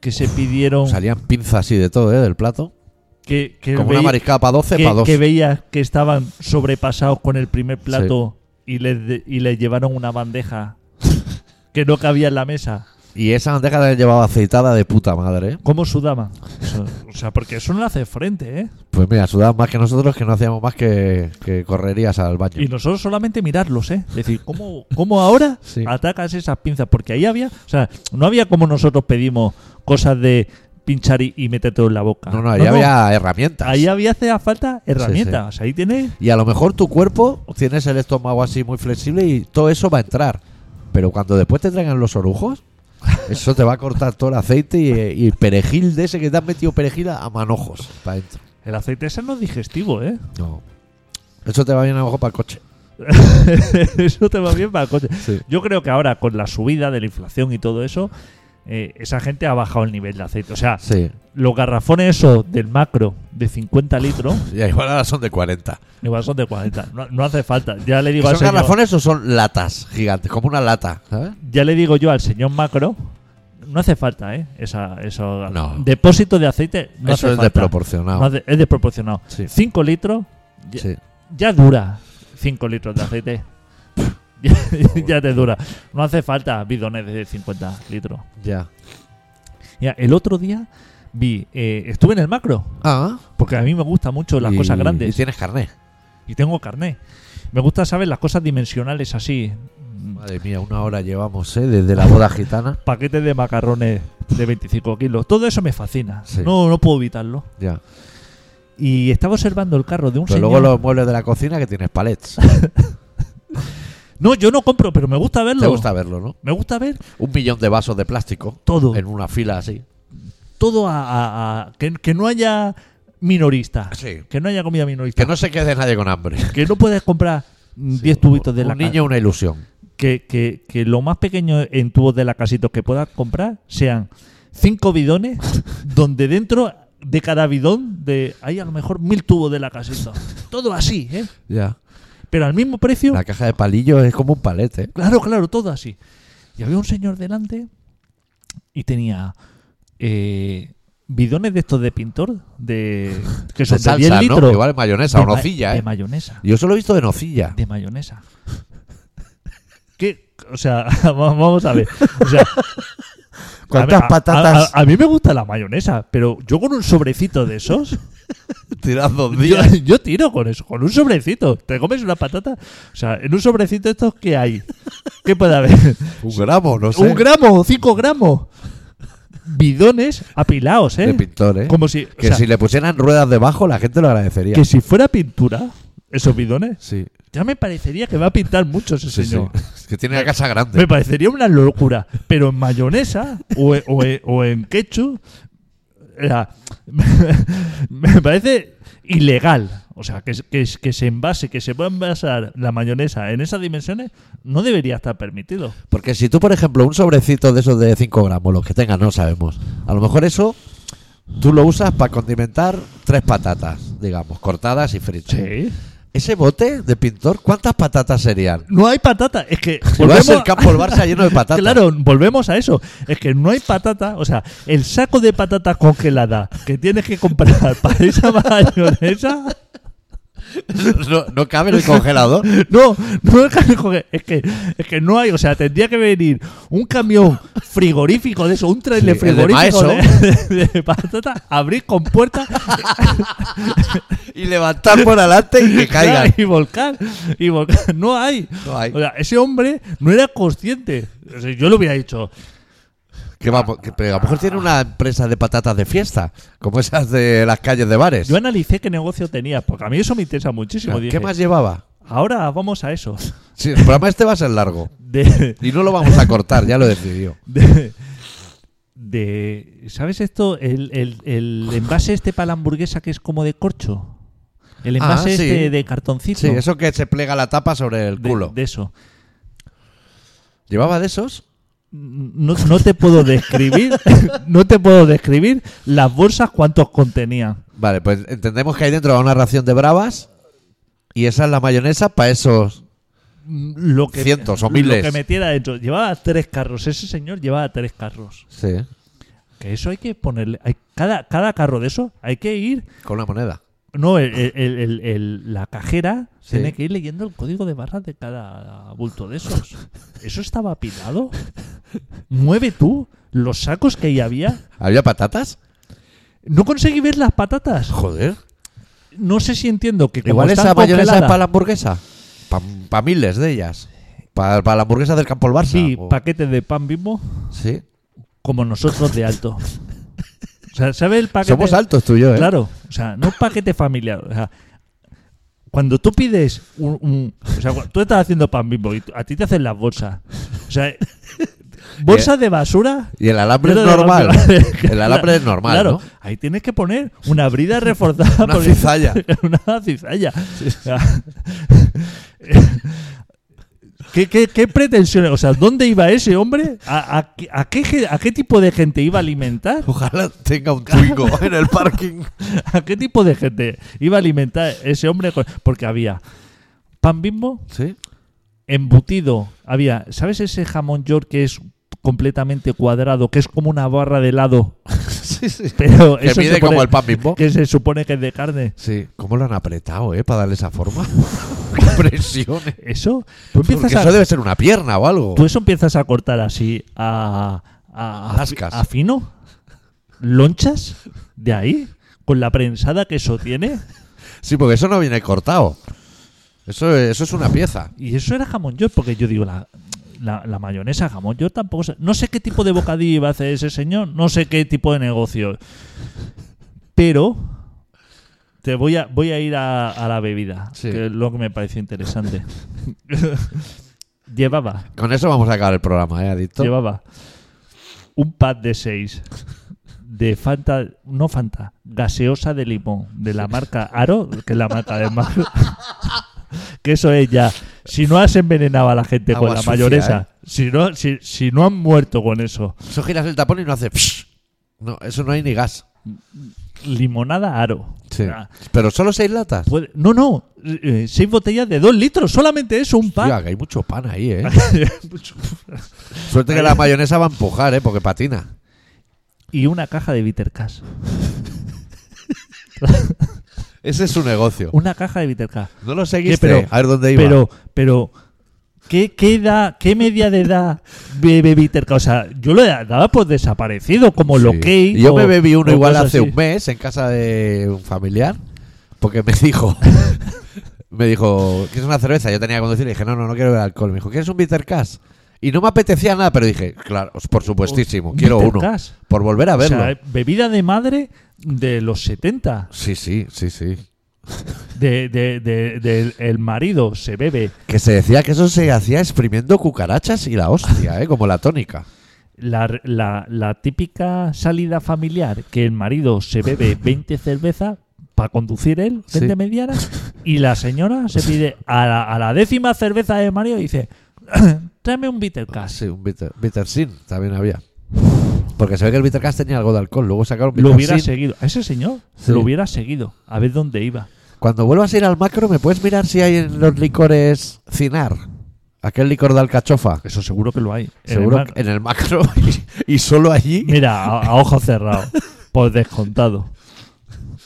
que se pidieron
Salían pinzas y de todo, ¿eh? Del plato.
que, que
Como
veía-
una mariscada para 12,
que,
para 2.
que veías que estaban sobrepasados con el primer plato y les de- y les llevaron una bandeja que no cabía en la mesa?
Y esa bandeja la han llevado aceitada de puta madre, ¿eh?
¿Cómo sudaban? Eso- o sea, porque eso no le hace frente, ¿eh?
Pues mira, sudaban más que nosotros que no hacíamos más que, que correrías al baño.
Y nosotros solamente mirarlos, ¿eh? Decir, ¿cómo, cómo ahora
Sí.
atacas esas pinzas? Porque ahí había, o sea, no había como nosotros pedimos cosas de pinchar y, y meter todo en la boca.
No, no, ahí había herramientas.
Ahí había hace falta herramientas. Ahí tienes.
Y a lo mejor tu cuerpo tienes el estómago así muy flexible y todo eso va a entrar. Pero cuando después te traigan los orujos, eso te va a cortar todo el aceite y, y perejil de ese que te has metido perejil a a manojos para adentro.
El aceite ese no es digestivo, ¿eh?
No. Eso te va bien a lo mejor para el coche.
eso te va bien para el coche.
Sí.
Yo creo que ahora, con la subida de la inflación y todo eso, eh, esa gente ha bajado el nivel de aceite. O sea,
Sí.
los garrafones esos del macro de 50 litros,
Ya igual ahora son de 40.
igual son de 40. No, no hace falta. Ya le digo
¿Son
al señor-
garrafones o son latas gigantes? Como una lata, ¿sabes?
ya le digo yo al señor Macro, no hace falta, ¿eh? Esa, eso,
No.
Depósito de aceite no
eso
hace
es
falta.
desproporcionado.
No hace- es desproporcionado.
Sí.
5 litros, ya,
Sí.
ya dura 5 litros de aceite. ya, ya te dura. No hace falta bidones de 50 litros.
Ya.
Ya, el otro día vi, eh, estuve en el Macro,
Ah.
porque a mí me gusta mucho las
y-
cosas grandes
Y tienes carné.
y tengo carné. Me gusta saber las cosas dimensionales así.
Madre mía, una hora llevamos, ¿eh? Desde la boda gitana.
paquetes de macarrones de 25 kilos. Todo eso me fascina.
Sí.
No, no puedo evitarlo.
Ya.
Y estaba observando el carro de un
Pero
señor.
luego los muebles de la cocina que tienes palets.
No, yo no compro, pero me gusta verlo.
Te gusta verlo, ¿no?
Me gusta ver
Un millón de vasos de plástico.
Todo.
En una fila así.
todo a, a- a- que, que no haya minorista.
Sí.
Que no haya comida minorista.
Que no se quede nadie con hambre.
Que no puedes comprar mm, 10 tubitos de
un
la ca-
niño una ilusión.
Que, que, que lo más pequeño en tubos de la casita que puedas comprar sean 5 bidones, donde dentro de cada bidón de, hay a lo mejor mil tubos de la casita. Todo así, ¿eh?
Ya.
Pero al mismo precio.
La caja de palillos es como un palete. ¿eh?
Claro, claro, todo así. Y había un señor delante y tenía eh, bidones de estos de pintor, de que son
De
de,
salsa,
10
¿no?
litros.
Igual es mayonesa o
ma-
nocilla,
De
¿eh?
mayonesa.
Yo solo he visto de nocilla.
De mayonesa. ¿Qué? O sea, va- vamos a ver. O sea,
¿Cuántas
a ver, a-
patatas
A, a- a mí me gusta la mayonesa, pero yo con un sobrecito de esos,
tiras dos
yo,
días?
yo tiro con eso, con un sobrecito. Te comes una patata. O sea, en un sobrecito de estos, ¿qué hay? ¿Qué puede haber?
Un gramo, no sé.
Un gramo, cinco gramos. Bidones apilados, ¿eh?
De pintor, ¿eh?
Como si, o
Que
sea,
si le pusieran ruedas debajo, la gente lo agradecería.
que si fuera pintura, esos bidones,
Sí,
ya me parecería que va a pintar mucho ese
sí, sí.
señor.
Que tiene la casa grande.
Me parecería una locura. Pero en mayonesa o, e- o e- o en ketchup, era- me parece ilegal. O sea, que, es- que, es- que se envase, que se pueda envasar la mayonesa en esas dimensiones, no debería estar permitido.
Porque si tú, por ejemplo, un sobrecito de esos de 5 gramos, los que tengas, no sabemos. A lo mejor eso tú lo usas para condimentar tres patatas, digamos, cortadas y fritas. Ese bote de pintor, ¿cuántas patatas serían?
No hay patata. Es que
Igual es el campo del Barça lleno de patatas.
Claro, volvemos a eso. Es que no hay patata. O sea, el saco de patatas congelada que tienes que comprar para esa mayonesa.
No, no cabe en el congelador.
No, no es que, joder, es que es que no hay. O sea, tendría que venir un camión frigorífico de eso, un trailer
Sí, el de
frigorífico de, de patata, abrir con puertas
Y levantar por adelante y que caigan.
y volcar. Y volcar. No hay.
No hay.
O sea, ese hombre no era consciente. O sea, yo lo hubiera dicho.
Que vamos, que- pero a lo mejor tiene una empresa de patatas de fiesta, como esas de las calles de bares.
Yo analicé qué negocio tenía, porque a mí eso me interesa muchísimo.
¿Qué
Dije,
más llevaba?
Ahora vamos a eso.
Sí, el programa este va a ser largo.
De,
Y no lo vamos a cortar, ya lo decidió.
de, de- ¿Sabes esto? El, el- el envase este para la hamburguesa que es como de corcho. El envase
Ah, sí.
este de cartoncito.
Sí, eso que se plega la tapa sobre el
de-
culo.
De, eso.
¿Llevaba de esos?
No, no te puedo describir, no te puedo describir las bolsas cuántos contenían.
Vale, pues entendemos que hay dentro una ración de bravas y esa es la mayonesa para esos.
Lo que,
Cientos o
Lo
miles.
que metiera dentro. Llevaba tres carros. Ese señor llevaba tres carros.
Sí,
Que eso hay que ponerle. Hay, cada, cada carro de eso hay que ir.
con una moneda.
No, el- el- el- el- el- la cajera
Sí.
tiene que ir leyendo el código de barras de cada bulto de esos. ¿Eso estaba apilado? Mueve tú los sacos que ahí había.
¿Había patatas?
No conseguí ver las patatas.
Joder.
No sé si entiendo que como
Igual
están
esa mayonesa es
congeladas-
para la hamburguesa. Para miles de ellas. Para la hamburguesa del campo del Barça.
Sí,
o-
paquete de pan bimbo
sí.
como nosotros de alto. O sea, ¿sabes el paquete?
Somos altos tú y yo, ¿eh?
Claro, o sea, no paquete familiar. O sea, cuando tú pides un, un- O sea, cuando tú estás haciendo pan bimbo y a ti te hacen las bolsas. O sea,
Eh,
bolsas de basura.
Y el alambre
Yo
es
te digo,
normal.
tío,
El alambre es normal,
Claro, Ah,
¿no?
ahí tienes que poner una brida reforzada.
Una
por-
cizalla.
una cizalla. O sea, ¿Qué, qué, qué pretensiones? O sea, ¿dónde iba ese hombre? ¿A, a qué- a qué, ge- ¿A qué tipo de gente iba a alimentar?
Ojalá tenga un twingo en el parking.
¿A qué tipo de gente iba a alimentar ese hombre? con- Porque había pan bimbo,
Sí.
embutido, había, ¿sabes ese jamón york que es completamente cuadrado, que es como una barra de helado?
sí, sí.
Pero
Que
eso
mide
se pone-
como el pan mismo.
Que se supone que es de carne.
Sí. ¿Cómo lo han apretado, eh? Para darle esa forma. Qué presiones.
Eso, tú
Porque
empiezas a,
eso debe ser una pierna o algo.
tú eso empiezas a cortar así a, a, a,
Ascas.
a fino, lonchas, de ahí, con la prensada que eso tiene.
Sí, porque eso no viene cortado. Eso, eso es una pieza.
Y eso era jamón york, porque yo digo, la, la, la mayonesa jamón york tampoco... sé- no sé qué tipo de bocadillo iba a hacer ese señor, no sé qué tipo de negocio. Pero te voy a, voy a ir a, a la bebida,
Sí.
que es lo que me pareció interesante. llevaba,
Con eso vamos a acabar el programa, ¿eh, Adicto?
llevaba un pack de seis de Fanta, no Fanta, gaseosa de limón, de la marca Aro, que es la marca de mar. que eso es ya. Si no has envenenado a la gente
Agua
con la
sucia, ¿eh?
mayonesa, si, no, si, si no han muerto con eso,
Eso giras el tapón y no hace... psh. No, eso no hay ni gas.
limonada Aro.
Sí. Pues,
Ah,
Pero solo seis latas.
puede- no, no, eh, seis botellas de dos litros, solamente eso, un
Tía,
pack.
que hay mucho pan ahí, ¿eh? Suerte que la mayonesa va a empujar, ¿eh? Porque patina.
y una caja de bitter Cash.
Ese es su negocio.
Una caja de bitter Cash.
No lo seguiste.
¿Qué, pero-
a ver dónde iba.
Pero, pero, ¿qué, qué edad, qué media de edad bebe Bitter? O sea, yo lo daba por desaparecido, como
Sí.
lo que.
Y Yo me bebí uno igual hace un mes en casa de un familiar. Porque me dijo... me dijo... ¿Quieres una cerveza? Yo tenía que conducir y dije... No, no, no quiero beber alcohol. Me dijo... ¿Quieres un bitter cash? Y no me apetecía nada, pero dije... Claro, por supuestísimo.
Un
Quiero
Bitter
uno.
Cash.
Por volver a
O
verlo.
sea, bebida de madre de los 70.
Sí, sí, sí, sí.
De, de- de- del- el marido se bebe
Que se decía que eso se hacía exprimiendo cucarachas y la hostia, ¿eh? Como la tónica.
la, la- la típica salida familiar que el marido se bebe 20 cervezas para conducir él, 20
Sí.
medianas, y la señora se pide a la, a la décima cerveza de marido y dice: tráeme un bitter cash.
Sí, un bitter, bitter sin también había. Porque se ve que el bitter cast tenía algo de alcohol. Luego sacaron bitter
Lo hubiera
sin.
seguido. A ese señor
Sí.
lo hubiera seguido. A ver dónde iba.
Cuando vuelvas a ir al macro, ¿me puedes mirar si hay en los licores cinar? Aquel licor de alcachofa.
Eso Pues seguro que lo hay. En
Seguro
el mar-
que en el macro y, y solo allí.
Mira, a, a ojo cerrado. Por descontado.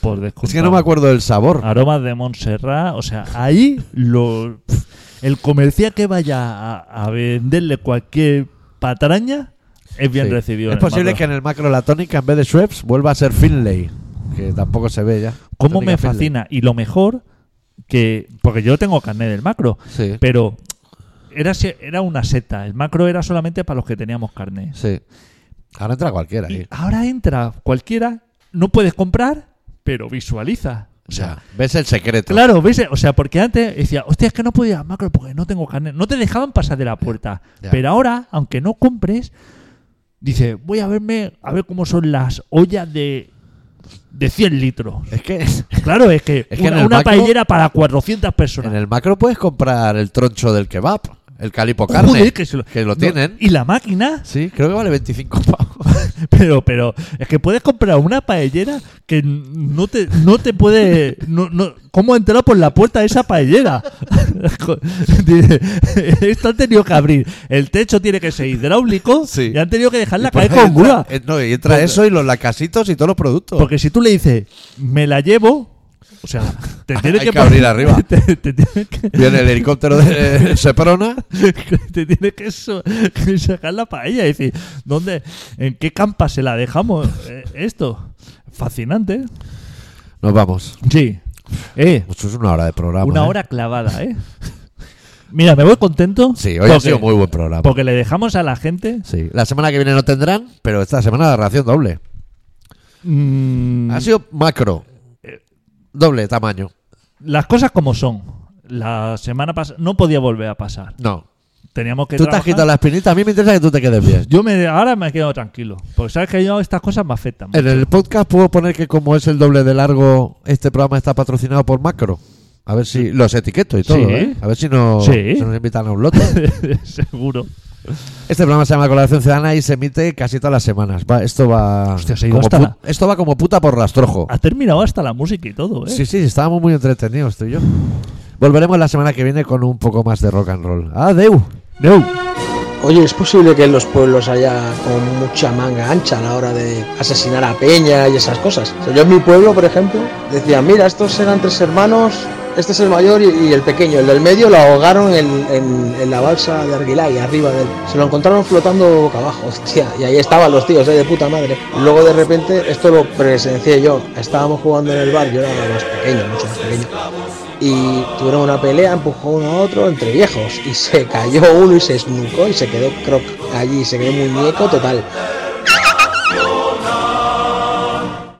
Por descontado.
Es que no me acuerdo del sabor.
Aromas de Montserrat. O sea, ahí lo, pf, el comercial que vaya a, a venderle cualquier patraña es bien
Sí.
recibido.
Es
en el
posible
macro.
que en el macro la tónica, en vez de Schweppes, vuelva a ser Finlay. Que tampoco se ve ya.
¿Cómo
Tónica
me
Finlay.
fascina? Y lo mejor que. Porque yo tengo carnet del macro.
Sí,
Pero era, se- era una seta. El macro era solamente para los que teníamos carnet.
sí. Ahora entra cualquiera
Y ah,
ahí.
ahora entra cualquiera, no puedes comprar, pero visualiza.
O sea, ves el secreto.
Claro, ¿ves? O sea, porque antes decía, hostia, es que no podía macro porque no tengo carnet. No te dejaban pasar de la puerta.
Ya.
Pero ahora, aunque no compres, dice, voy a verme, a ver cómo son las ollas de de 100 litros.
Es que en
Claro, es que,
Es que en
una,
el
una
macro-
paellera para 400 personas.
el macro puedes comprar el troncho del kebab, el calipo carne,
Joder, que, se lo,
que lo
no,
tienen.
y la máquina,
Sí, creo que vale 25 pavos.
pero, pero es que puedes comprar una paellera que no te, no te puede. No, no- ¿Cómo ha entrado por la puerta esa paellera? Jo- Dice, Esto han tenido que abrir. El techo tiene que ser hidráulico
Sí.
y han tenido que
Y
dejarla
por
caer
ahí
con
entra-
grúa.
eh, no, y entra eso y los lacasitos y todos los productos.
Porque si tú le dices, me la llevo, o sea, te tiene
Hay
que,
que abrir arriba.
Te, te tiene que,
Viene el helicóptero de Seprona.
te tiene que, so- que sacar la paella y decir, ¿dónde, ¿en qué campa se la dejamos eh, esto? Fascinante.
Nos vamos.
Sí. Eh,
Esto es una hora de programa.
una
¿eh?
hora clavada, ¿eh? Mira, me voy contento.
Sí, hoy ha sido muy buen programa.
Porque le dejamos a la gente.
Sí. La semana que viene no tendrán, pero esta semana la ración doble.
mm,
Ha sido macro. Doble tamaño.
las cosas como son. La semana pasada no podía volver a pasar.
No.
Teníamos que
Tú te has
trabajar.
quitado la espinita. A mí me interesa que tú te quedes bien.
Yo me ahora me he quedado tranquilo. Porque sabes que yo estas cosas me afectan.
En el podcast puedo poner que como es el doble de largo, este programa está patrocinado por Macro. A ver si los etiqueto y todo,
Sí.
¿eh? A ver si, no,
Sí.
si nos invitan a un lote.
Seguro.
Este programa se llama Colaboración Ciudadana y se emite casi todas las semanas. Va, esto va
Hostia, se ha ido
como
hasta la-
pu- esto va como puta por rastrojo.
Ha terminado hasta la música y todo, ¿eh?
Sí, sí, estábamos muy entretenidos tú y yo. Volveremos la semana que viene con un poco más de rock and roll. Adeu.
Deu.
Oye, ¿es posible que en los pueblos haya con mucha manga ancha a la hora de asesinar a Peña y esas cosas? O sea, yo en mi pueblo, por ejemplo, decían, mira, estos eran tres hermanos, este es el mayor y, y el pequeño, el del medio lo ahogaron en, en- en la balsa de Arguilay, arriba de él. Se lo encontraron flotando boca abajo, hostia, y ahí estaban los tíos, eh, de puta madre. Luego de repente, esto lo presencié yo, estábamos jugando en el bar, yo era más pequeño, mucho más pequeño y tuvieron una pelea, empujó uno a otro entre viejos y se cayó uno y se esnucó y se quedó croc allí, se quedó muñeco total.